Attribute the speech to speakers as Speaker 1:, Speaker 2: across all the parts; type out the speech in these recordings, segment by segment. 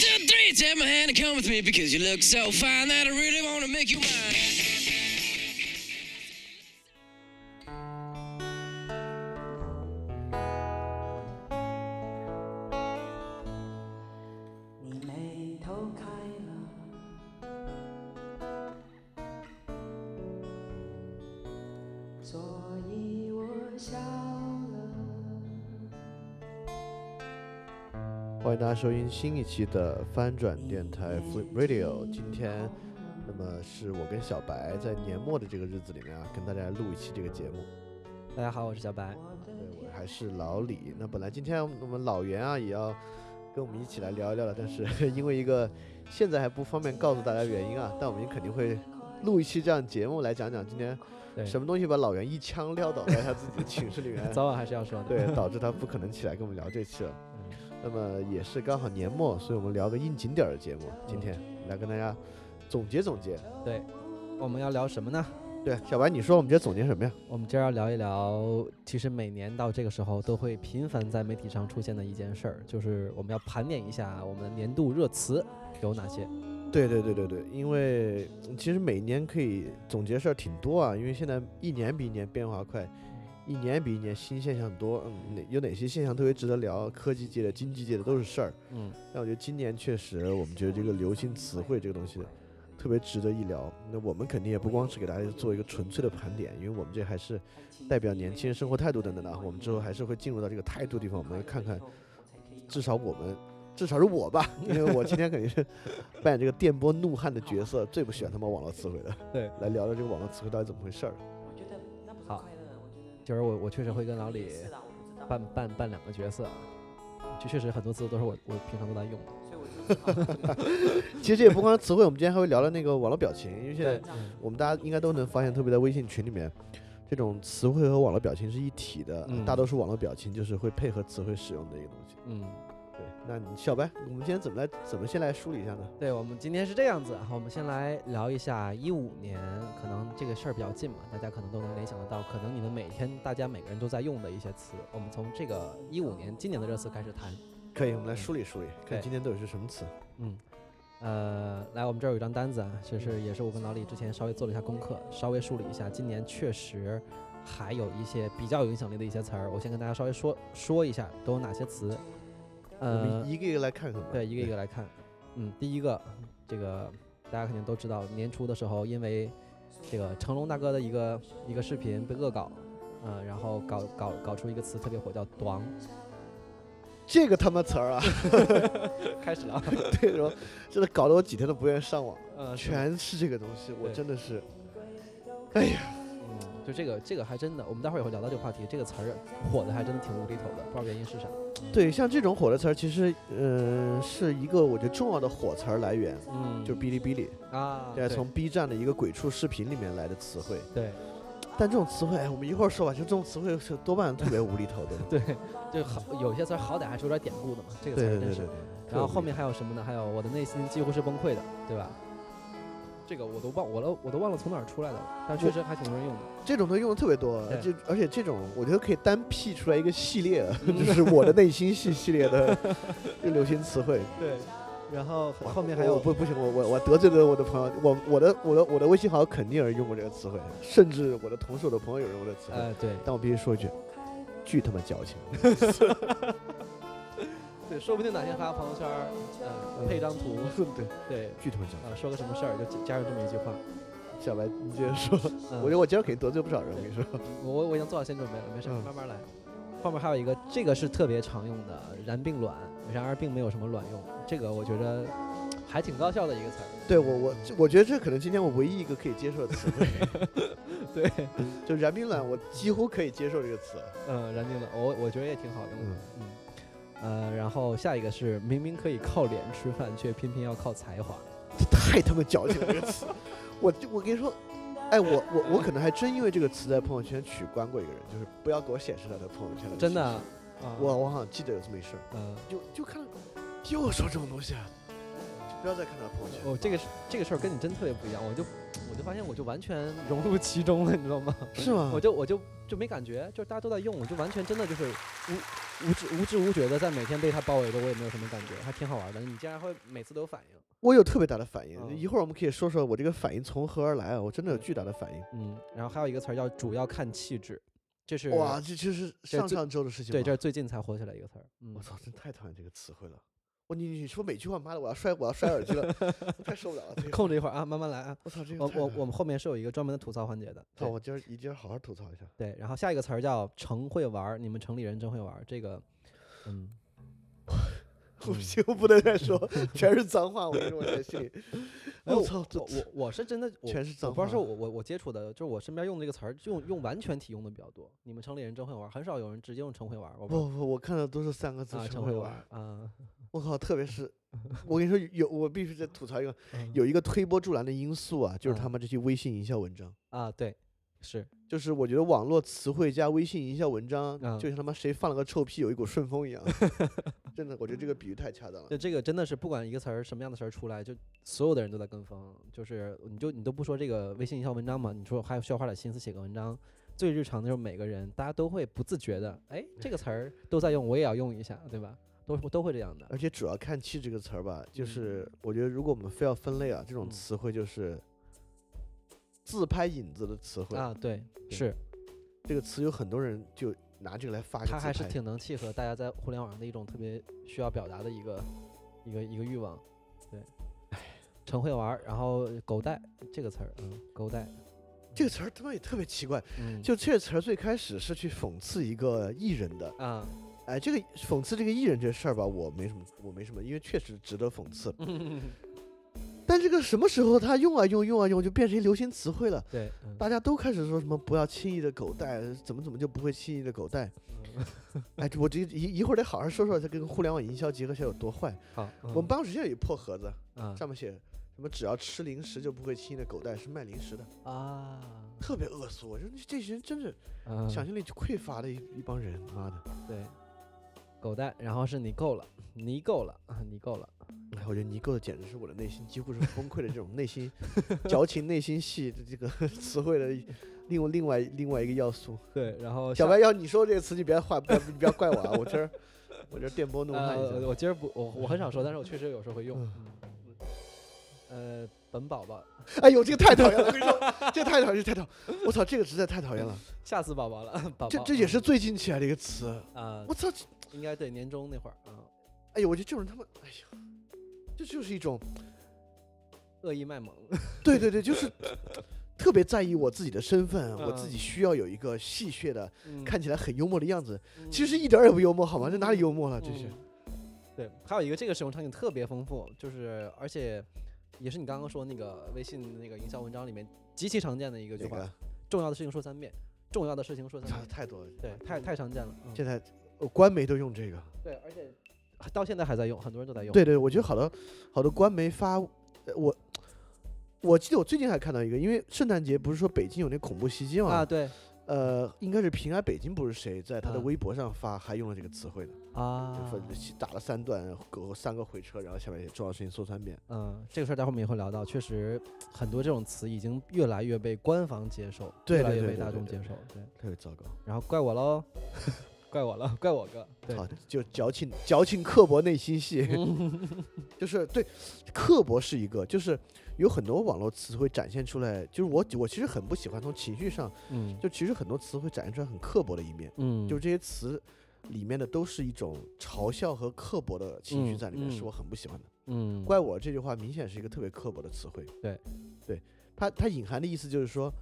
Speaker 1: two, three, take my hand and come with me because you look so fine that I really want to make you mine.
Speaker 2: 你眉头开了，所以我笑了。
Speaker 3: 欢迎大家收听新一期的翻转电台 Flip Radio。今天，那么是我跟小白在年末的这个日子里面啊，跟大家录一期这个节目。
Speaker 4: 大家好，我是小白。
Speaker 3: 对我还是老李。那本来今天我们老袁啊也要跟我们一起来聊一聊了，但是 因为一个现在还不方便告诉大家原因啊，但我们肯定会录一期这样节目来讲讲今天
Speaker 4: 对，。
Speaker 3: 什么东西把老袁一枪撂倒在他自己的寝室里面
Speaker 4: 早晚还是要说的。 嗯
Speaker 3: 对，导致他不可能起来跟我们聊这期了。那么也是刚好年末，所以我们聊个应景点儿的节目。今天来跟大家总结总结。
Speaker 4: 对，我们要聊什么呢？
Speaker 3: 对，小白，你说我们这总结什么呀？
Speaker 4: 我们今儿要聊一聊，其实每年到这个时候都会频繁在媒体上出现的一件事儿，就是我们要盘点一下我们的年度热词有哪些。
Speaker 3: 对对对对对，因为其实每年可以总结事儿挺多啊，因为现在一年比一年变化快，一年比一年新现象多。嗯，哪有哪些现象特别值得聊？科技界的、经济界的都是事儿。
Speaker 4: 嗯，
Speaker 3: 但我觉得今年确实，我们觉得这个流行词汇这个东西特别值得一聊。那我们肯定也不光是给大家做一个纯粹的盘点，因为我们这还是代表年轻人生活态度等等的啊。我们之后还是会进入到这个态度地方，我们看看，至少我们。至少是我吧，因为我今天肯定是扮演这个电波怒汉的角色，最不喜欢他妈网络词汇的。
Speaker 4: 对，
Speaker 3: 来聊聊这个网络词汇到底怎么回事儿。
Speaker 4: 好，就是我我确实会跟老李扮扮扮两个角色，啊，就确实很多词都是我我平常都在用的。
Speaker 3: 其实这也不光是词汇，我们今天还会聊聊那个网络表情，因为现在
Speaker 4: 嗯
Speaker 3: 我们大家应该都能发现，特别在微信群里面，这种词汇和网络表情是一体的。
Speaker 4: 嗯
Speaker 3: 大多数网络表情就是会配合词汇使用的一个东西。
Speaker 4: 嗯，
Speaker 3: 对，那你小白，我们今天怎么来，怎么先来梳理一下呢？
Speaker 4: 对，我们今天是这样子，啊好，我们先来聊一下一五年，可能这个事儿比较近嘛，大家可能都能联想得到，可能你们每天大家每个人都在用的一些词，我们从这个一五年今年的热词开始谈。
Speaker 3: 可以，我们来梳理梳理，看
Speaker 4: 嗯对
Speaker 3: 今天都有些什么词。
Speaker 4: 嗯，呃，来，我们这儿有一张单子啊，这是也是我跟老李之前稍微做了一下功课，稍微梳理一下，今年确实还有一些比较有影响力的一些词儿，我先跟大家稍微说说一下都有哪些词。
Speaker 3: 我
Speaker 4: 呃，
Speaker 3: 们一个一个来看看吧。
Speaker 4: 对，一个一个来看。嗯，第一个，这个大家肯定都知道，年初的时候，因为这个成龙大哥的一个一个视频被恶搞，嗯、然后搞搞搞出一个词特别火，叫“短
Speaker 3: 这个他妈词儿 啊，”，
Speaker 4: 开始了啊，
Speaker 3: 对什么，真的搞得我几天都不愿意上网，
Speaker 4: 嗯，是
Speaker 3: 全是这个东西，我
Speaker 4: 对
Speaker 3: 真的是哎
Speaker 4: 嗯，就这个这个还真的，我们待会儿也会聊到这个话题，这个词儿火的还真的挺无厘头的，不知道原因是啥。
Speaker 3: 对。像这种火的词儿，其实呃是一个我觉得重要的火词儿来源，
Speaker 4: 嗯，
Speaker 3: 就是哔哩哔哩。
Speaker 4: 啊，
Speaker 3: 这
Speaker 4: 对啊
Speaker 3: 是从 B 站的一个鬼畜视频里面来的词汇，
Speaker 4: 对
Speaker 3: 但这种词汇，哎，我们一会儿说吧。就这种词汇是多半特别无 厘头的。
Speaker 4: 对，就好有些词儿好歹还是有点典故的嘛，这个词
Speaker 3: 对
Speaker 4: 儿
Speaker 3: 对
Speaker 4: 真
Speaker 3: 对
Speaker 4: 是。
Speaker 3: 对。
Speaker 4: 然后后面还有什么呢？还有我的内心几乎是崩溃的，对吧？这个我都忘，我都我都忘了从哪儿出来的了，但确实还挺多人用的。
Speaker 3: 这种东西用的特别多，
Speaker 4: 对
Speaker 3: 就而且这种我觉得可以单辟出来一个系列 的，就是我的内心系系列的这流行词汇。
Speaker 4: 对，然后
Speaker 3: 哇
Speaker 4: 后面还有
Speaker 3: 我不不行，我我我得罪了我的朋友，我我的我的我的微信好友肯定有人用过这 个词汇，甚至我的同事我的朋友有人用过这个词汇。
Speaker 4: 呃，对
Speaker 3: 但我必须说一句，巨他妈矫情。
Speaker 4: 对，说不定哪天发个朋友圈儿，嗯，配张图，
Speaker 3: 对，
Speaker 4: 对，
Speaker 3: 巨他妈矫情。
Speaker 4: 啊，说个什么事儿就加加上这么一句话。
Speaker 3: 小白，你接着说。
Speaker 4: 嗯、
Speaker 3: 我觉得我今儿肯定得罪不少人，我跟你说。
Speaker 4: 我我我已经做好心理准备了，没事，
Speaker 3: 嗯
Speaker 4: 慢慢来。后面还有一个，这个是特别常用的“然并卵”，然而并没有什么卵用，这个我觉得还挺高效的一个词儿。
Speaker 3: 对我我这我觉得这可能今天我唯一一个可以接受的词汇，
Speaker 4: 对，
Speaker 3: 就燃冰卵，我几乎可以接受这个词。
Speaker 4: 嗯，燃尽了，我我觉得也挺好用的
Speaker 3: 嗯。
Speaker 4: 嗯，呃，然后下一个是明明可以靠脸吃饭，却偏偏要靠才华。
Speaker 3: 这太他妈矫情了这个词。 我就我跟你说，哎，我我我可能还真因为这个词在朋友圈取关过一个人，就是不要给我显示他的朋友圈的。
Speaker 4: 真的啊，，
Speaker 3: 我我好像记得有这么一事儿，
Speaker 4: 嗯，
Speaker 3: 就就看又说这种东西啊，就不要再看他的朋友圈。
Speaker 4: 我哦这个是这个事儿跟你真特别不一样，我就我就发现我就完全融入其中了，你知道吗？
Speaker 3: 是吗
Speaker 4: 我就我就就没感觉，就是大家都在用，我就完全真的就是无无知无知无觉的在每天被它包围着，我也没有什么感觉，还挺好玩的。你竟然会每次都有反应，
Speaker 3: 我有特别大的反应，
Speaker 4: 嗯
Speaker 3: 一会儿我们可以说说我这个反应从何而来啊！我真的有巨大的反应。
Speaker 4: 嗯，然后还有一个词儿叫主要看气质，这是
Speaker 3: 哇，这就是
Speaker 4: 这
Speaker 3: 上
Speaker 4: 最
Speaker 3: 上周的事情吗。
Speaker 4: 对，这是最近才火起来一个词儿，嗯
Speaker 3: 我，操，真太讨厌这个词汇了。我你你说每句话，妈的，我要摔我要摔耳机了，我太受不了了。这 个
Speaker 4: 控制一会儿啊，慢慢来啊。
Speaker 3: 我操，这个
Speaker 4: 我
Speaker 3: 太
Speaker 4: 我
Speaker 3: 难
Speaker 4: 我
Speaker 3: 了
Speaker 4: 们后面是有一个专门的吐槽环节的，
Speaker 3: 操，
Speaker 4: 对
Speaker 3: 我今儿一定要好好吐槽 一下。
Speaker 4: 对，然后下一个词儿叫“城会玩儿”，你们城里人真会玩儿。这个，嗯，
Speaker 3: 我不行，我不能再说， 全是脏话。我跟你说，我 在心里，
Speaker 4: 哎
Speaker 3: 我操，这
Speaker 4: 我我我是真的，我
Speaker 3: 全是
Speaker 4: 我
Speaker 3: 脏
Speaker 4: 不知道是
Speaker 3: 话
Speaker 4: 我我我接触的，就是我身边用的这个词儿，用用完全体用的比较多。你们城里人真会玩儿，很少有人直接用“城会玩儿”。我不知
Speaker 3: 不不，我看到都是三个字
Speaker 4: 道啊，“
Speaker 3: 陈
Speaker 4: 城
Speaker 3: 慧
Speaker 4: 会
Speaker 3: 玩
Speaker 4: 玩
Speaker 3: 儿
Speaker 4: 儿”啊，
Speaker 3: 我靠，特 别是我跟你说，有我必须得吐槽一个，
Speaker 4: 嗯
Speaker 3: 有一个推波助澜的因素啊，就是
Speaker 4: 嗯
Speaker 3: 他们这些微信营销文章。
Speaker 4: 啊，对，是
Speaker 3: 就是我觉得网络词汇加微信营销文章，
Speaker 4: 嗯
Speaker 3: 就像他妈谁放了个臭屁有一股 顺风一样，真的，我觉得这个比喻太恰当了
Speaker 4: 就。这个真的是不管一个词儿什么样的词儿出来，就所有的人都在跟风。就是你就你都不说这个微信营销文章嘛，你说还需要花点心思写个文章。最日常的就是每个人，大家都会不自觉的，哎，这个词儿都在用，我也要用一下，对吧？都都会这样的。
Speaker 3: 而且主要看“气”这个词儿吧，就
Speaker 4: 嗯
Speaker 3: 是我觉得如果我们非要分类啊，这种
Speaker 4: 嗯
Speaker 3: 词汇就是自拍影子的词汇。
Speaker 4: 啊，对，
Speaker 3: 对
Speaker 4: 是，
Speaker 3: 这个词有很多人就拿这个来发个自
Speaker 4: 它
Speaker 3: 拍，
Speaker 4: 还是挺能契合大家在互联网上的一种特别需要表达的一个一个一个欲望。对，陈慧玩儿，然后狗带这个词儿，嗯，狗带，
Speaker 3: 这个词儿他妈也特别奇怪。
Speaker 4: 嗯，
Speaker 3: 就这个词儿最开始是去讽刺一个艺人的，
Speaker 4: 啊，
Speaker 3: 哎，这个讽刺这个艺人这事儿吧，我没什么，我没什么，因为确实值得讽刺。
Speaker 4: 嗯
Speaker 3: 但这个什么时候他用啊用用啊用，就变成一流行词汇了。
Speaker 4: 对，嗯
Speaker 3: 大家都开始说什么不要轻易的狗带，怎么怎么就不会轻易的狗带。
Speaker 4: 嗯
Speaker 3: 哎，这我这一一会儿得好好说说这跟互联网营销结合起来有多坏。
Speaker 4: 好，嗯
Speaker 3: 我们办公室现在有一破盒子，
Speaker 4: 啊
Speaker 3: 上面写什么只要吃零食就不会轻易的狗带，是卖零食的，
Speaker 4: 啊，
Speaker 3: 特别恶俗。我说这些人真是
Speaker 4: 嗯
Speaker 3: 想象力匮乏的一一帮人，妈的！
Speaker 4: 对，狗带，然后是你够了，你够了，啊，你够了，
Speaker 3: 哎，我觉得尼够的简直是我的内心几乎是崩溃的这种 内心矫情、内心戏的这个 词汇的一另另外另外一个要素。
Speaker 4: 对，然后
Speaker 3: 小
Speaker 4: 下
Speaker 3: 白，要你说这个词，你别换，不要你不要怪我啊！我这儿我这儿电波怒汉一下。
Speaker 4: 呃，我今儿不，我我很少说，但是我确实有时候会用。嗯呃，本宝宝，
Speaker 3: 哎呦，这个太讨厌了！我跟你说，这个太讨厌，这个太讨厌！我操，这个实在太讨厌了。
Speaker 4: 吓死宝宝了，宝宝，
Speaker 3: 这这也是
Speaker 4: 嗯
Speaker 3: 最近起来的一个词。
Speaker 4: 啊
Speaker 3: 我，操！
Speaker 4: 应该对年终那会儿啊，
Speaker 3: 哎呦，我觉得这种人他们，哎呀，这就是一种，
Speaker 4: 恶意卖 萌，
Speaker 3: 对对对， 就是特别在意我自己的身份，我
Speaker 4: 嗯
Speaker 3: 自己需要有一个戏谑的、
Speaker 4: 嗯
Speaker 3: 看起来很幽默的样子。
Speaker 4: 嗯
Speaker 3: 其实一点儿也不幽默，好吗？这哪里幽默了？这是
Speaker 4: 嗯对，还有一个这个使用场景特别丰富，就是而且也是你刚刚说那个微信那个营销文章里面极其常见的一个句
Speaker 3: 哪
Speaker 4: 话
Speaker 3: 个？：啊
Speaker 4: 重要的事情说三遍，重要的事情说三
Speaker 3: 操
Speaker 4: 遍，
Speaker 3: 太多了，
Speaker 4: 对，太太常见了。嗯
Speaker 3: 现在呃官媒都用这个。
Speaker 4: 对，而且到现在还在用，很多人都在用。
Speaker 3: 对对，我觉得好多好多官媒发呃我。我记得我最近还看到一个，因为圣诞节不是说北京有那恐怖袭击嘛？
Speaker 4: 啊，对
Speaker 3: 呃，应该是平安北京不是谁在他的
Speaker 4: 啊
Speaker 3: 微博上发，还用了这个词汇呢，就
Speaker 4: 啊，
Speaker 3: 分打了三段，狗三个回车，然后下面也重要事情说三遍。
Speaker 4: 嗯，这个事儿待会儿我们也会聊到，确实很多这种词已经越来越被官方接受，
Speaker 3: 对
Speaker 4: 越来
Speaker 3: 对
Speaker 4: 越
Speaker 3: 对
Speaker 4: 被
Speaker 3: 对
Speaker 4: 大
Speaker 3: 对
Speaker 4: 众
Speaker 3: 对
Speaker 4: 接受。对，
Speaker 3: 特别糟糕，
Speaker 4: 然后怪我喽， 怪我了，怪我哥。对，
Speaker 3: 好，就矫情、矫情、刻薄内心 戏，就是对，刻薄是一个，就是有很多网络词汇展现出来，就是我我其实很不喜欢从情绪上，
Speaker 4: 嗯，
Speaker 3: 就其实很多词汇展现出来很刻薄的一面，
Speaker 4: 嗯，
Speaker 3: 就是这些词里面的都是一种嘲笑和刻薄的情绪
Speaker 4: 嗯
Speaker 3: 在里面，是
Speaker 4: 嗯
Speaker 3: 我很不喜欢的。
Speaker 4: 嗯，
Speaker 3: 怪我这句话明显是一个特别刻薄的词汇。
Speaker 4: 对，
Speaker 3: 对，它它隐含的意思就是说，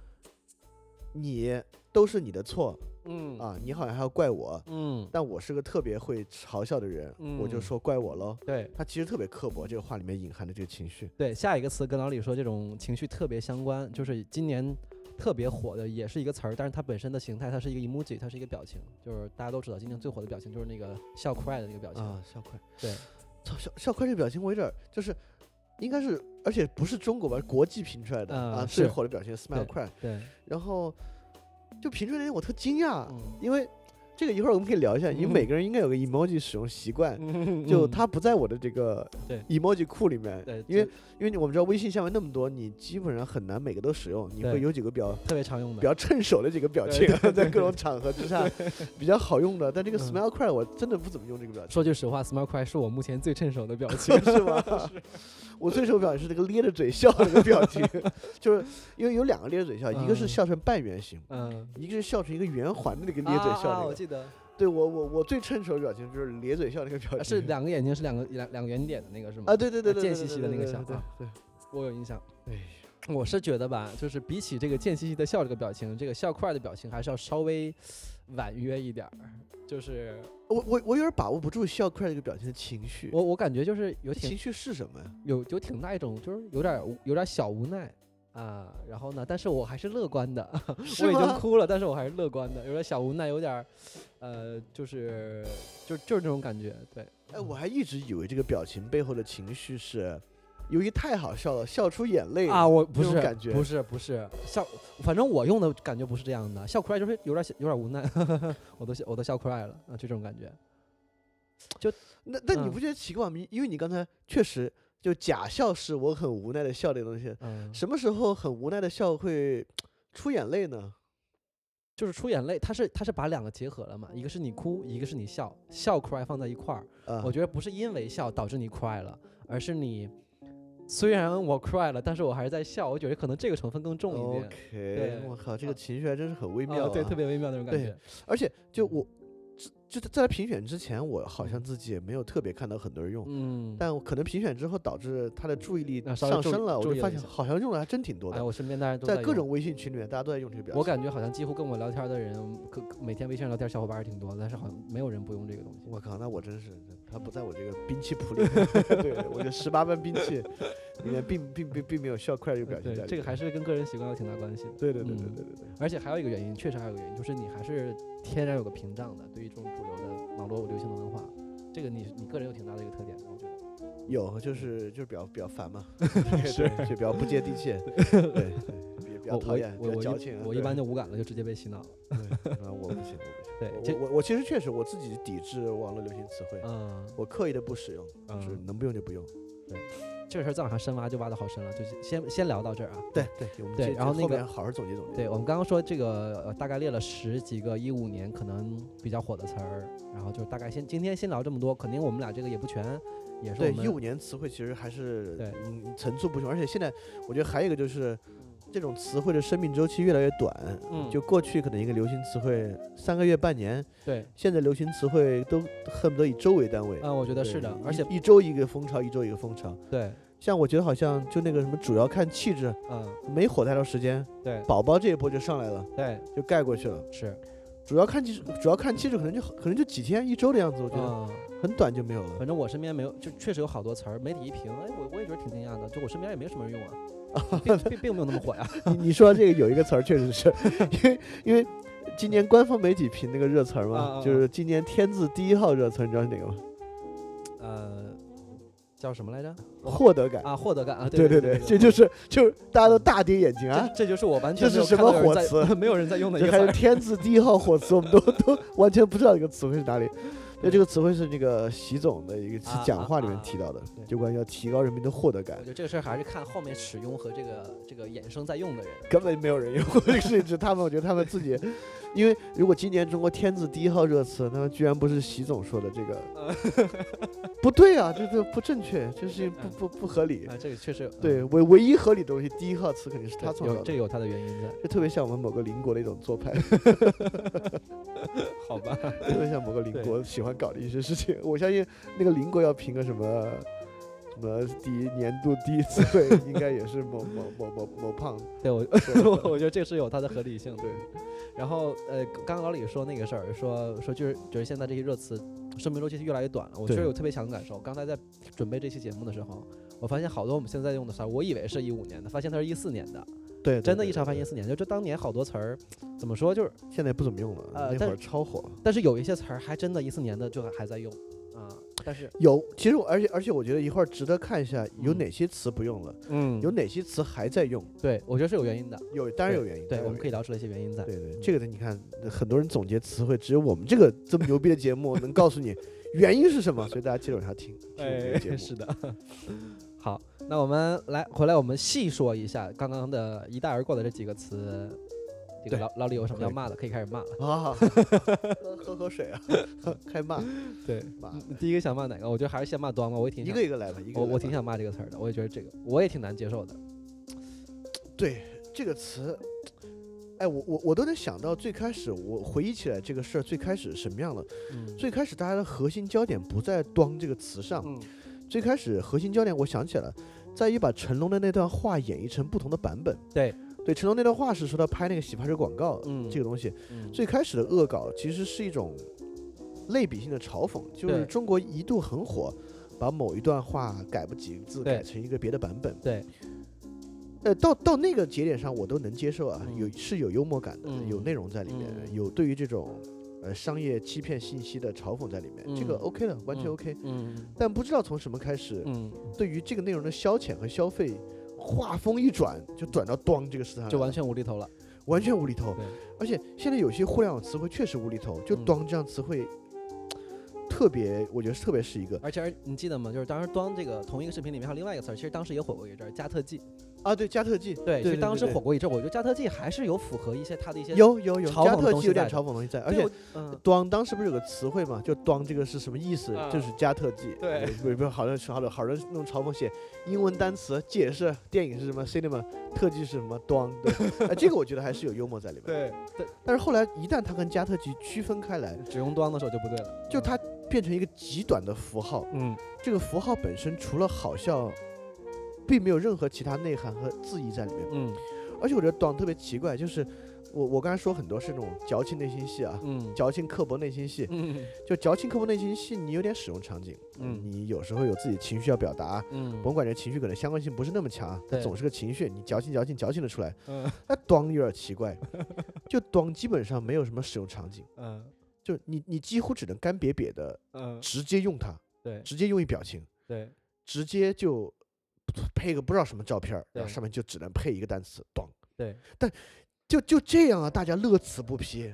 Speaker 3: 你都是你的错
Speaker 4: 嗯
Speaker 3: 啊，你好像还要怪我，
Speaker 4: 嗯，
Speaker 3: 但我是个特别会嘲笑的人，我就
Speaker 4: 嗯
Speaker 3: 说怪我喽。
Speaker 4: 对
Speaker 3: 它其实特别刻薄，这个话里面隐含的这个情绪。
Speaker 4: 对，下一个词跟老李说这种情绪特别相关，就是今年特别火的，也是一个词儿，但是它本身的形态，它是一个 emoji，它是一个表情，就是大家都知道今年最火的表情就是那个笑哭爱的那个表情，
Speaker 3: 啊，笑快，
Speaker 4: 对，
Speaker 3: 操，笑笑快这个表情我有点儿就是。应该是，而且不是中国吧，国际评出来的、
Speaker 4: 嗯
Speaker 3: 啊，
Speaker 4: 是
Speaker 3: 最火的表现 Smile Cry，
Speaker 4: 对，
Speaker 3: 然后就评出来那天我特惊讶，
Speaker 4: 嗯
Speaker 3: 因为这个一会儿我们可以聊一下，因为每个人应该有个 emoji 使用习惯，就它不在我的这个
Speaker 4: 嗯对
Speaker 3: emoji 库里面，
Speaker 4: 对
Speaker 3: 因为
Speaker 4: 就
Speaker 3: 因为我们知道微信下面那么多，你基本上很难每个都使用，你
Speaker 4: 对
Speaker 3: 会有几个比较
Speaker 4: 特别常用
Speaker 3: 比
Speaker 4: 的，
Speaker 3: 较趁手的几个表情
Speaker 4: 对对，对
Speaker 3: 在各种场合之下比较好用的，但这个
Speaker 4: 嗯
Speaker 3: smile cry 我真的不怎么用这个表情，
Speaker 4: 说句实话，Smile Cry 是我目前最趁手的表情
Speaker 3: 。是吧？我最受表情是那个咧着嘴笑那个表 情，就是因为有两个咧着嘴笑，一个是
Speaker 4: 嗯
Speaker 3: 笑成半圆形。
Speaker 4: 嗯，
Speaker 3: 一个是笑成一个圆环的那个咧嘴
Speaker 4: 啊啊
Speaker 3: 笑那
Speaker 4: 我
Speaker 3: 个，
Speaker 4: 记 得
Speaker 3: 对我我我最趁手的表情就是咧嘴笑那个表
Speaker 4: 啊
Speaker 3: 情，
Speaker 4: 是两个眼睛是两个两两个圆点的那个是吗？
Speaker 3: 啊，对对对对，
Speaker 4: 贱兮兮的那个
Speaker 3: 小
Speaker 4: 笑
Speaker 3: 对
Speaker 4: 啊
Speaker 3: 对，
Speaker 4: 我有印象。
Speaker 3: 哎
Speaker 4: 我是觉得吧，就是比起这个贱兮兮的笑这个表情，这个笑块儿的表情还是要稍微婉约一点儿。就是
Speaker 3: 我我我有点把握不住笑快这个表情的情绪，
Speaker 4: 我我感觉就是有挺
Speaker 3: 情绪是什么呀？
Speaker 4: 有有挺大一种就是有点儿无有点儿小无奈啊，然后呢，但是我还是乐观的， 我已经
Speaker 3: 吗？
Speaker 4: 哭了，但是我还是乐观的，有点小无奈，有点儿，呃，就是就就是这种感觉，对，
Speaker 3: 哎，我还一直以为这个表情背后的情绪是由于太好笑了，笑出眼泪
Speaker 4: 啊，。我不
Speaker 3: 那种
Speaker 4: 是
Speaker 3: 感觉
Speaker 4: 不是不是笑，反正我用的感觉不是这样的，笑哭来就是有点儿有点儿无奈， 我都笑我都笑哭来了啊，就这种感觉，
Speaker 3: 那那你
Speaker 4: 嗯
Speaker 3: 不觉得奇怪吗？因为你刚才确实就假笑是我很无奈的笑这个东西，
Speaker 4: 嗯，
Speaker 3: 什么时候很无奈的笑会出眼泪呢？
Speaker 4: 就是出眼泪，它是它是把两个结合了嘛，一个是你哭，一个是你笑，笑 cry 放在一块儿，
Speaker 3: 啊，
Speaker 4: 我觉得不是因为笑导致你 cry 了，而是你虽然我 cry 了，但是我还是在笑，我觉得可能这个成分更重一点。
Speaker 3: OK，我靠，这个
Speaker 4: 啊
Speaker 3: 情绪还真是很微
Speaker 4: 啊
Speaker 3: 妙、啊
Speaker 4: 对，特别微妙那种感
Speaker 3: 对
Speaker 4: 觉。
Speaker 3: 而且就我，就就在评选之前，我好像自己也没有特别看到很多人用，
Speaker 4: 嗯，
Speaker 3: 但我可能评选之后导致他的注意力
Speaker 4: 啊稍微
Speaker 3: 上
Speaker 4: 注意
Speaker 3: 升了，
Speaker 4: 注
Speaker 3: 我
Speaker 4: 意了
Speaker 3: 就发
Speaker 4: 一
Speaker 3: 现
Speaker 4: 下
Speaker 3: 好像用的还真挺多
Speaker 4: 哎，
Speaker 3: 的，
Speaker 4: 我身边大家都
Speaker 3: 在各
Speaker 4: 用
Speaker 3: 种。微信群里面，大家都在用这个表
Speaker 4: 我
Speaker 3: 情。
Speaker 4: 感觉好像几乎跟我聊天的人，可每天微信上聊天小伙伴还挺多的，但是好像没有人不用这个东西。
Speaker 3: 我靠，那我 真是他不在我这个兵器谱里， 对我这十八般兵器里面并并并并没有笑快这个表情在
Speaker 4: 哎对，
Speaker 3: 里
Speaker 4: 这个
Speaker 3: 面
Speaker 4: 还是跟个人习惯有挺大关系的。
Speaker 3: 对对对对
Speaker 4: 嗯
Speaker 3: 对对对。
Speaker 4: 而且还有一个原因，确实还有一个原因，就是你还是天然有个屏障的，对于这种主流的网络流行的文化，这个你你个人有挺大的一个特点的，我觉得。
Speaker 3: 有，就是就是比较比较 烦嘛，是就比较不接地气，对，对比比较
Speaker 4: 我
Speaker 3: 讨
Speaker 4: 我
Speaker 3: 厌，比
Speaker 4: 我
Speaker 3: 较
Speaker 4: 我
Speaker 3: 矫
Speaker 4: 一
Speaker 3: 情啊。
Speaker 4: 我一
Speaker 3: 对
Speaker 4: 般 就无感了，就直接被洗脑了。
Speaker 3: 对，啊我不行，
Speaker 4: 对
Speaker 3: 我不
Speaker 4: 这
Speaker 3: 行。我我我其实确实我自己抵制网络流行词汇，
Speaker 4: 嗯，
Speaker 3: 我刻意的不使用，就是
Speaker 4: 嗯
Speaker 3: 能不用就不用。
Speaker 4: 这个事儿再往下深挖就挖的好深了，就先先聊到这儿啊。
Speaker 3: 对对，我们
Speaker 4: 对
Speaker 3: 这
Speaker 4: 然后
Speaker 3: 这
Speaker 4: 那
Speaker 3: 后
Speaker 4: 个
Speaker 3: 面好好总结总结。
Speaker 4: 对，我们刚刚说这个、呃、大概列了十几个一五年可能比较火的词儿，然后就大概先今天先聊这么多，肯定我们俩这个也不全，也是
Speaker 3: 对
Speaker 4: 我们
Speaker 3: 一五年词汇其实还是
Speaker 4: 对
Speaker 3: 嗯层出不穷，而且现在我觉得还有一个就是。这种词汇的生命周期越来越短，
Speaker 4: 嗯
Speaker 3: 就过去可能一个流行词汇三个月半年，
Speaker 4: 对，
Speaker 3: 现在流行词汇都恨不得以周为单位。
Speaker 4: 嗯，我觉得
Speaker 3: 对
Speaker 4: 是的
Speaker 3: 一，
Speaker 4: 而且
Speaker 3: 一周一个风潮，一周一个风潮。
Speaker 4: 对，
Speaker 3: 像我觉得好像就那个什么，主要看气质，
Speaker 4: 嗯，
Speaker 3: 没火太长时间，
Speaker 4: 对
Speaker 3: 宝宝这一波就上来了，
Speaker 4: 对
Speaker 3: 就盖过去了。
Speaker 4: 是，
Speaker 3: 主要看气质，主要看气质，可能就可能就几天、一周的样子，我觉得
Speaker 4: 嗯，
Speaker 3: 很短就没有了。
Speaker 4: 反正我身边没有，就确实有好多词儿，媒体一评，哎，我我也觉得挺惊讶的，就我身边也没什么人用啊， 并并并没有那么火呀，
Speaker 3: 你你说这个有一个词儿，确实是 因为因为今年官方媒体评那个热词
Speaker 4: 啊啊
Speaker 3: 儿嘛，
Speaker 4: 啊
Speaker 3: 就是今年天字第一号热词儿，你知道是哪个吗？
Speaker 4: 呃，叫什么来着？
Speaker 3: 获得感。
Speaker 4: 啊，获得感啊，
Speaker 3: 对
Speaker 4: 对
Speaker 3: 对，这
Speaker 4: 这
Speaker 3: 就是就是大家都大跌眼镜啊
Speaker 4: 这，这就是我完
Speaker 3: 这
Speaker 4: 全
Speaker 3: 是
Speaker 4: 没有
Speaker 3: 什
Speaker 4: 看到有
Speaker 3: 么
Speaker 4: 人
Speaker 3: 火
Speaker 4: 在
Speaker 3: 词
Speaker 4: 没有人在用的一个
Speaker 3: 这还
Speaker 4: 词
Speaker 3: 是
Speaker 4: 儿，
Speaker 3: 天字第一号火词，我们都都完全不知道这个词汇是哪里。那这个词汇是那个习总的一个
Speaker 4: 啊
Speaker 3: 讲话里
Speaker 4: 啊
Speaker 3: 面
Speaker 4: 啊
Speaker 3: 提到的
Speaker 4: 对，
Speaker 3: 就关于要提高人民的获得感
Speaker 4: 我觉，得这个事儿还是看后面使用和这个这个衍生在用的人。
Speaker 3: 根本没有人用这个事情，是他们，我觉得他们自己，因为如果今年中国天字第一号热词，那么居然不是习总说的这个，不对啊，这这不正确，这事情
Speaker 4: 嗯
Speaker 3: 不不不合理
Speaker 4: 啊，。这个确实
Speaker 3: 对，唯唯一合理的东西，第一号词肯定是他
Speaker 4: 他
Speaker 3: 创造
Speaker 4: 有这
Speaker 3: 的，
Speaker 4: 有他的原因在，
Speaker 3: 这特别像我们某个邻国的一种做派，
Speaker 4: 好 吧？
Speaker 3: 特别像某个邻国喜欢搞的一些事情。我相信那个邻国要评个什么。什么第一年度第一次会，应该也是某某某某某胖子
Speaker 4: 对 我，
Speaker 3: 做的
Speaker 4: 我觉得这是有它的合理性。
Speaker 3: 对，
Speaker 4: 然后呃，刚刚老李说那个事儿，说说就是就是现在这些热词生命周期越来越短了，我确
Speaker 3: 对
Speaker 4: 实有特别强的感受。刚才在准备这期节目的时候，我发现好多我们现在用的词儿，我以为是一五年的，发现它是一四年的，
Speaker 3: 对，对
Speaker 4: 真的，
Speaker 3: 对
Speaker 4: 一查发
Speaker 3: 对
Speaker 4: 现一四年。就这当年好多词儿，怎么说就是，
Speaker 3: 现在不怎么用了，
Speaker 4: 呃
Speaker 3: 那
Speaker 4: 但
Speaker 3: 会儿超火。
Speaker 4: 但是有一些词儿还真的一四年的就还在用啊。但是
Speaker 3: 有，其实我而且而且我觉得一会儿值得看一下有
Speaker 4: 嗯
Speaker 3: 哪些词不用了，
Speaker 4: 嗯
Speaker 3: 有哪些词还在用，
Speaker 4: 对我觉得是有原因的，
Speaker 3: 有当然有原因，
Speaker 4: 对，
Speaker 3: 当然
Speaker 4: 我
Speaker 3: 有
Speaker 4: 们可以
Speaker 3: 原
Speaker 4: 聊出来一些原因在。
Speaker 3: 因。对对，这个的你看，很多人总结词汇，只有我们这个这么牛逼的节目能告诉你原因是什么，所以大家接着往 下听。听我们这个节目
Speaker 4: 哎是的。 好，那我们来回来，我们细说一下刚刚的一带而过的这几个词。这个
Speaker 3: 对
Speaker 4: 老老李有什么
Speaker 3: 可以
Speaker 4: 要骂的，可以开始骂了。
Speaker 3: 啊，喝喝 口水啊，开骂
Speaker 4: 对，
Speaker 3: 骂，
Speaker 4: 第一个想骂哪个？我觉得还是先骂端吧，我也挺
Speaker 3: 一
Speaker 4: 想
Speaker 3: 个一个来吧，一
Speaker 4: 嗯
Speaker 3: 个
Speaker 4: 我
Speaker 3: 一
Speaker 4: 我
Speaker 3: 个来
Speaker 4: 挺
Speaker 3: 吧
Speaker 4: 想骂这个词儿的，我也觉得这个我也挺难接受的。
Speaker 3: 对这个词，哎，我我我都能想到最开始我回忆起来这个事儿最开始是什么样的。
Speaker 4: 嗯
Speaker 3: 最开始大家的核心焦点不在“端”这个词上，
Speaker 4: 嗯
Speaker 3: 最开始核心焦点我想起来了，在于把成龙的那段话演绎成不同的版本。
Speaker 4: 对
Speaker 3: 对，成龙那段话是说他拍那个洗发水广告，
Speaker 4: 嗯
Speaker 3: 这个东西
Speaker 4: 嗯
Speaker 3: 最开始的恶搞其实是一种类比性的嘲讽，就是
Speaker 4: 对
Speaker 3: 中国一度很火，把某一段话改不几个字，
Speaker 4: 对
Speaker 3: 改成一个别的版本。
Speaker 4: 对，
Speaker 3: 呃，到到那个节点上，我都能接受啊，
Speaker 4: 嗯
Speaker 3: 有是有幽默感的，
Speaker 4: 嗯
Speaker 3: 有内容在里面，
Speaker 4: 嗯
Speaker 3: 有对于这种呃商业欺骗信息的嘲讽在里面，这个
Speaker 4: 嗯
Speaker 3: OK 的，完全
Speaker 4: 嗯
Speaker 3: OK。
Speaker 4: 嗯
Speaker 3: 但不知道从什么开始，
Speaker 4: 嗯，
Speaker 3: 对于这个内容的消遣和消费，画风一转就转到“咣”这个词上来了，
Speaker 4: 就完全无厘头了。
Speaker 3: 完全无厘头
Speaker 4: 对。
Speaker 3: 而且现在有些互联网词汇确实无厘头，就“
Speaker 4: 嗯
Speaker 3: 咣”这样词汇，特别，我觉得特别是一个
Speaker 4: 而且而你记得吗？就是当时端这个同一个视频里面还有另外一个词儿，其实当时也火过一阵儿，加特技。
Speaker 3: 啊，对，加特技，
Speaker 4: 对，其
Speaker 3: 对
Speaker 4: 实
Speaker 3: 对
Speaker 4: 当时
Speaker 3: 对
Speaker 4: 火过一阵儿，我觉得加特技还是有符合一些它的一些
Speaker 3: 有有有，
Speaker 4: 嘲讽
Speaker 3: 加
Speaker 4: 的
Speaker 3: 特
Speaker 4: 东
Speaker 3: 技
Speaker 4: 西
Speaker 3: 有点
Speaker 4: 在
Speaker 3: 嘲讽的东西在，而
Speaker 4: 对
Speaker 3: 且
Speaker 4: 我嗯
Speaker 3: 当当时不是有个词汇嘛，就“当”这个是什么意思？
Speaker 4: 啊
Speaker 3: 就是加特技。
Speaker 4: 对
Speaker 3: 不是不是，好像是好多好多那种嘲讽写英文单词解释电影是什么 cinema，特技是什么“当”。 对，哎，这个我觉得还是有幽默在里面。。
Speaker 4: 对对，
Speaker 3: 但是后来一旦它跟加特技区分开来，
Speaker 4: 只用端的时候就不对了，
Speaker 3: 就它变成一个极短的符号，
Speaker 4: 嗯
Speaker 3: 这个符号本身除了好笑，并没有任何其他内涵和字义在里面。
Speaker 4: 嗯
Speaker 3: 而且我觉得“当”特别奇怪，就是我我刚才说很多是那种矫情内心戏啊，
Speaker 4: 嗯
Speaker 3: 矫情刻薄内心戏。啊
Speaker 4: 嗯
Speaker 3: 就矫情刻薄内心戏，你有点使用场景，
Speaker 4: 嗯
Speaker 3: 你有时候有自己情绪要表达，
Speaker 4: 嗯
Speaker 3: 甭管这情绪可能相关性不是那么强啊，它
Speaker 4: 对
Speaker 3: 总是个情绪，你矫情矫情矫情的出来，
Speaker 4: 嗯
Speaker 3: 那咚有点奇怪，就咚基本上没有什么使用场景，
Speaker 4: 嗯
Speaker 3: 就你你几乎只能干瘪瘪的
Speaker 4: 嗯，
Speaker 3: 直接用它，
Speaker 4: 对
Speaker 3: 直接用一表情，
Speaker 4: 对
Speaker 3: 直接就配个不知道什么照片儿，然后
Speaker 4: 对
Speaker 3: 上面就只能配一个单词咚，
Speaker 4: 对，
Speaker 3: 就就这样啊，大家乐此不疲，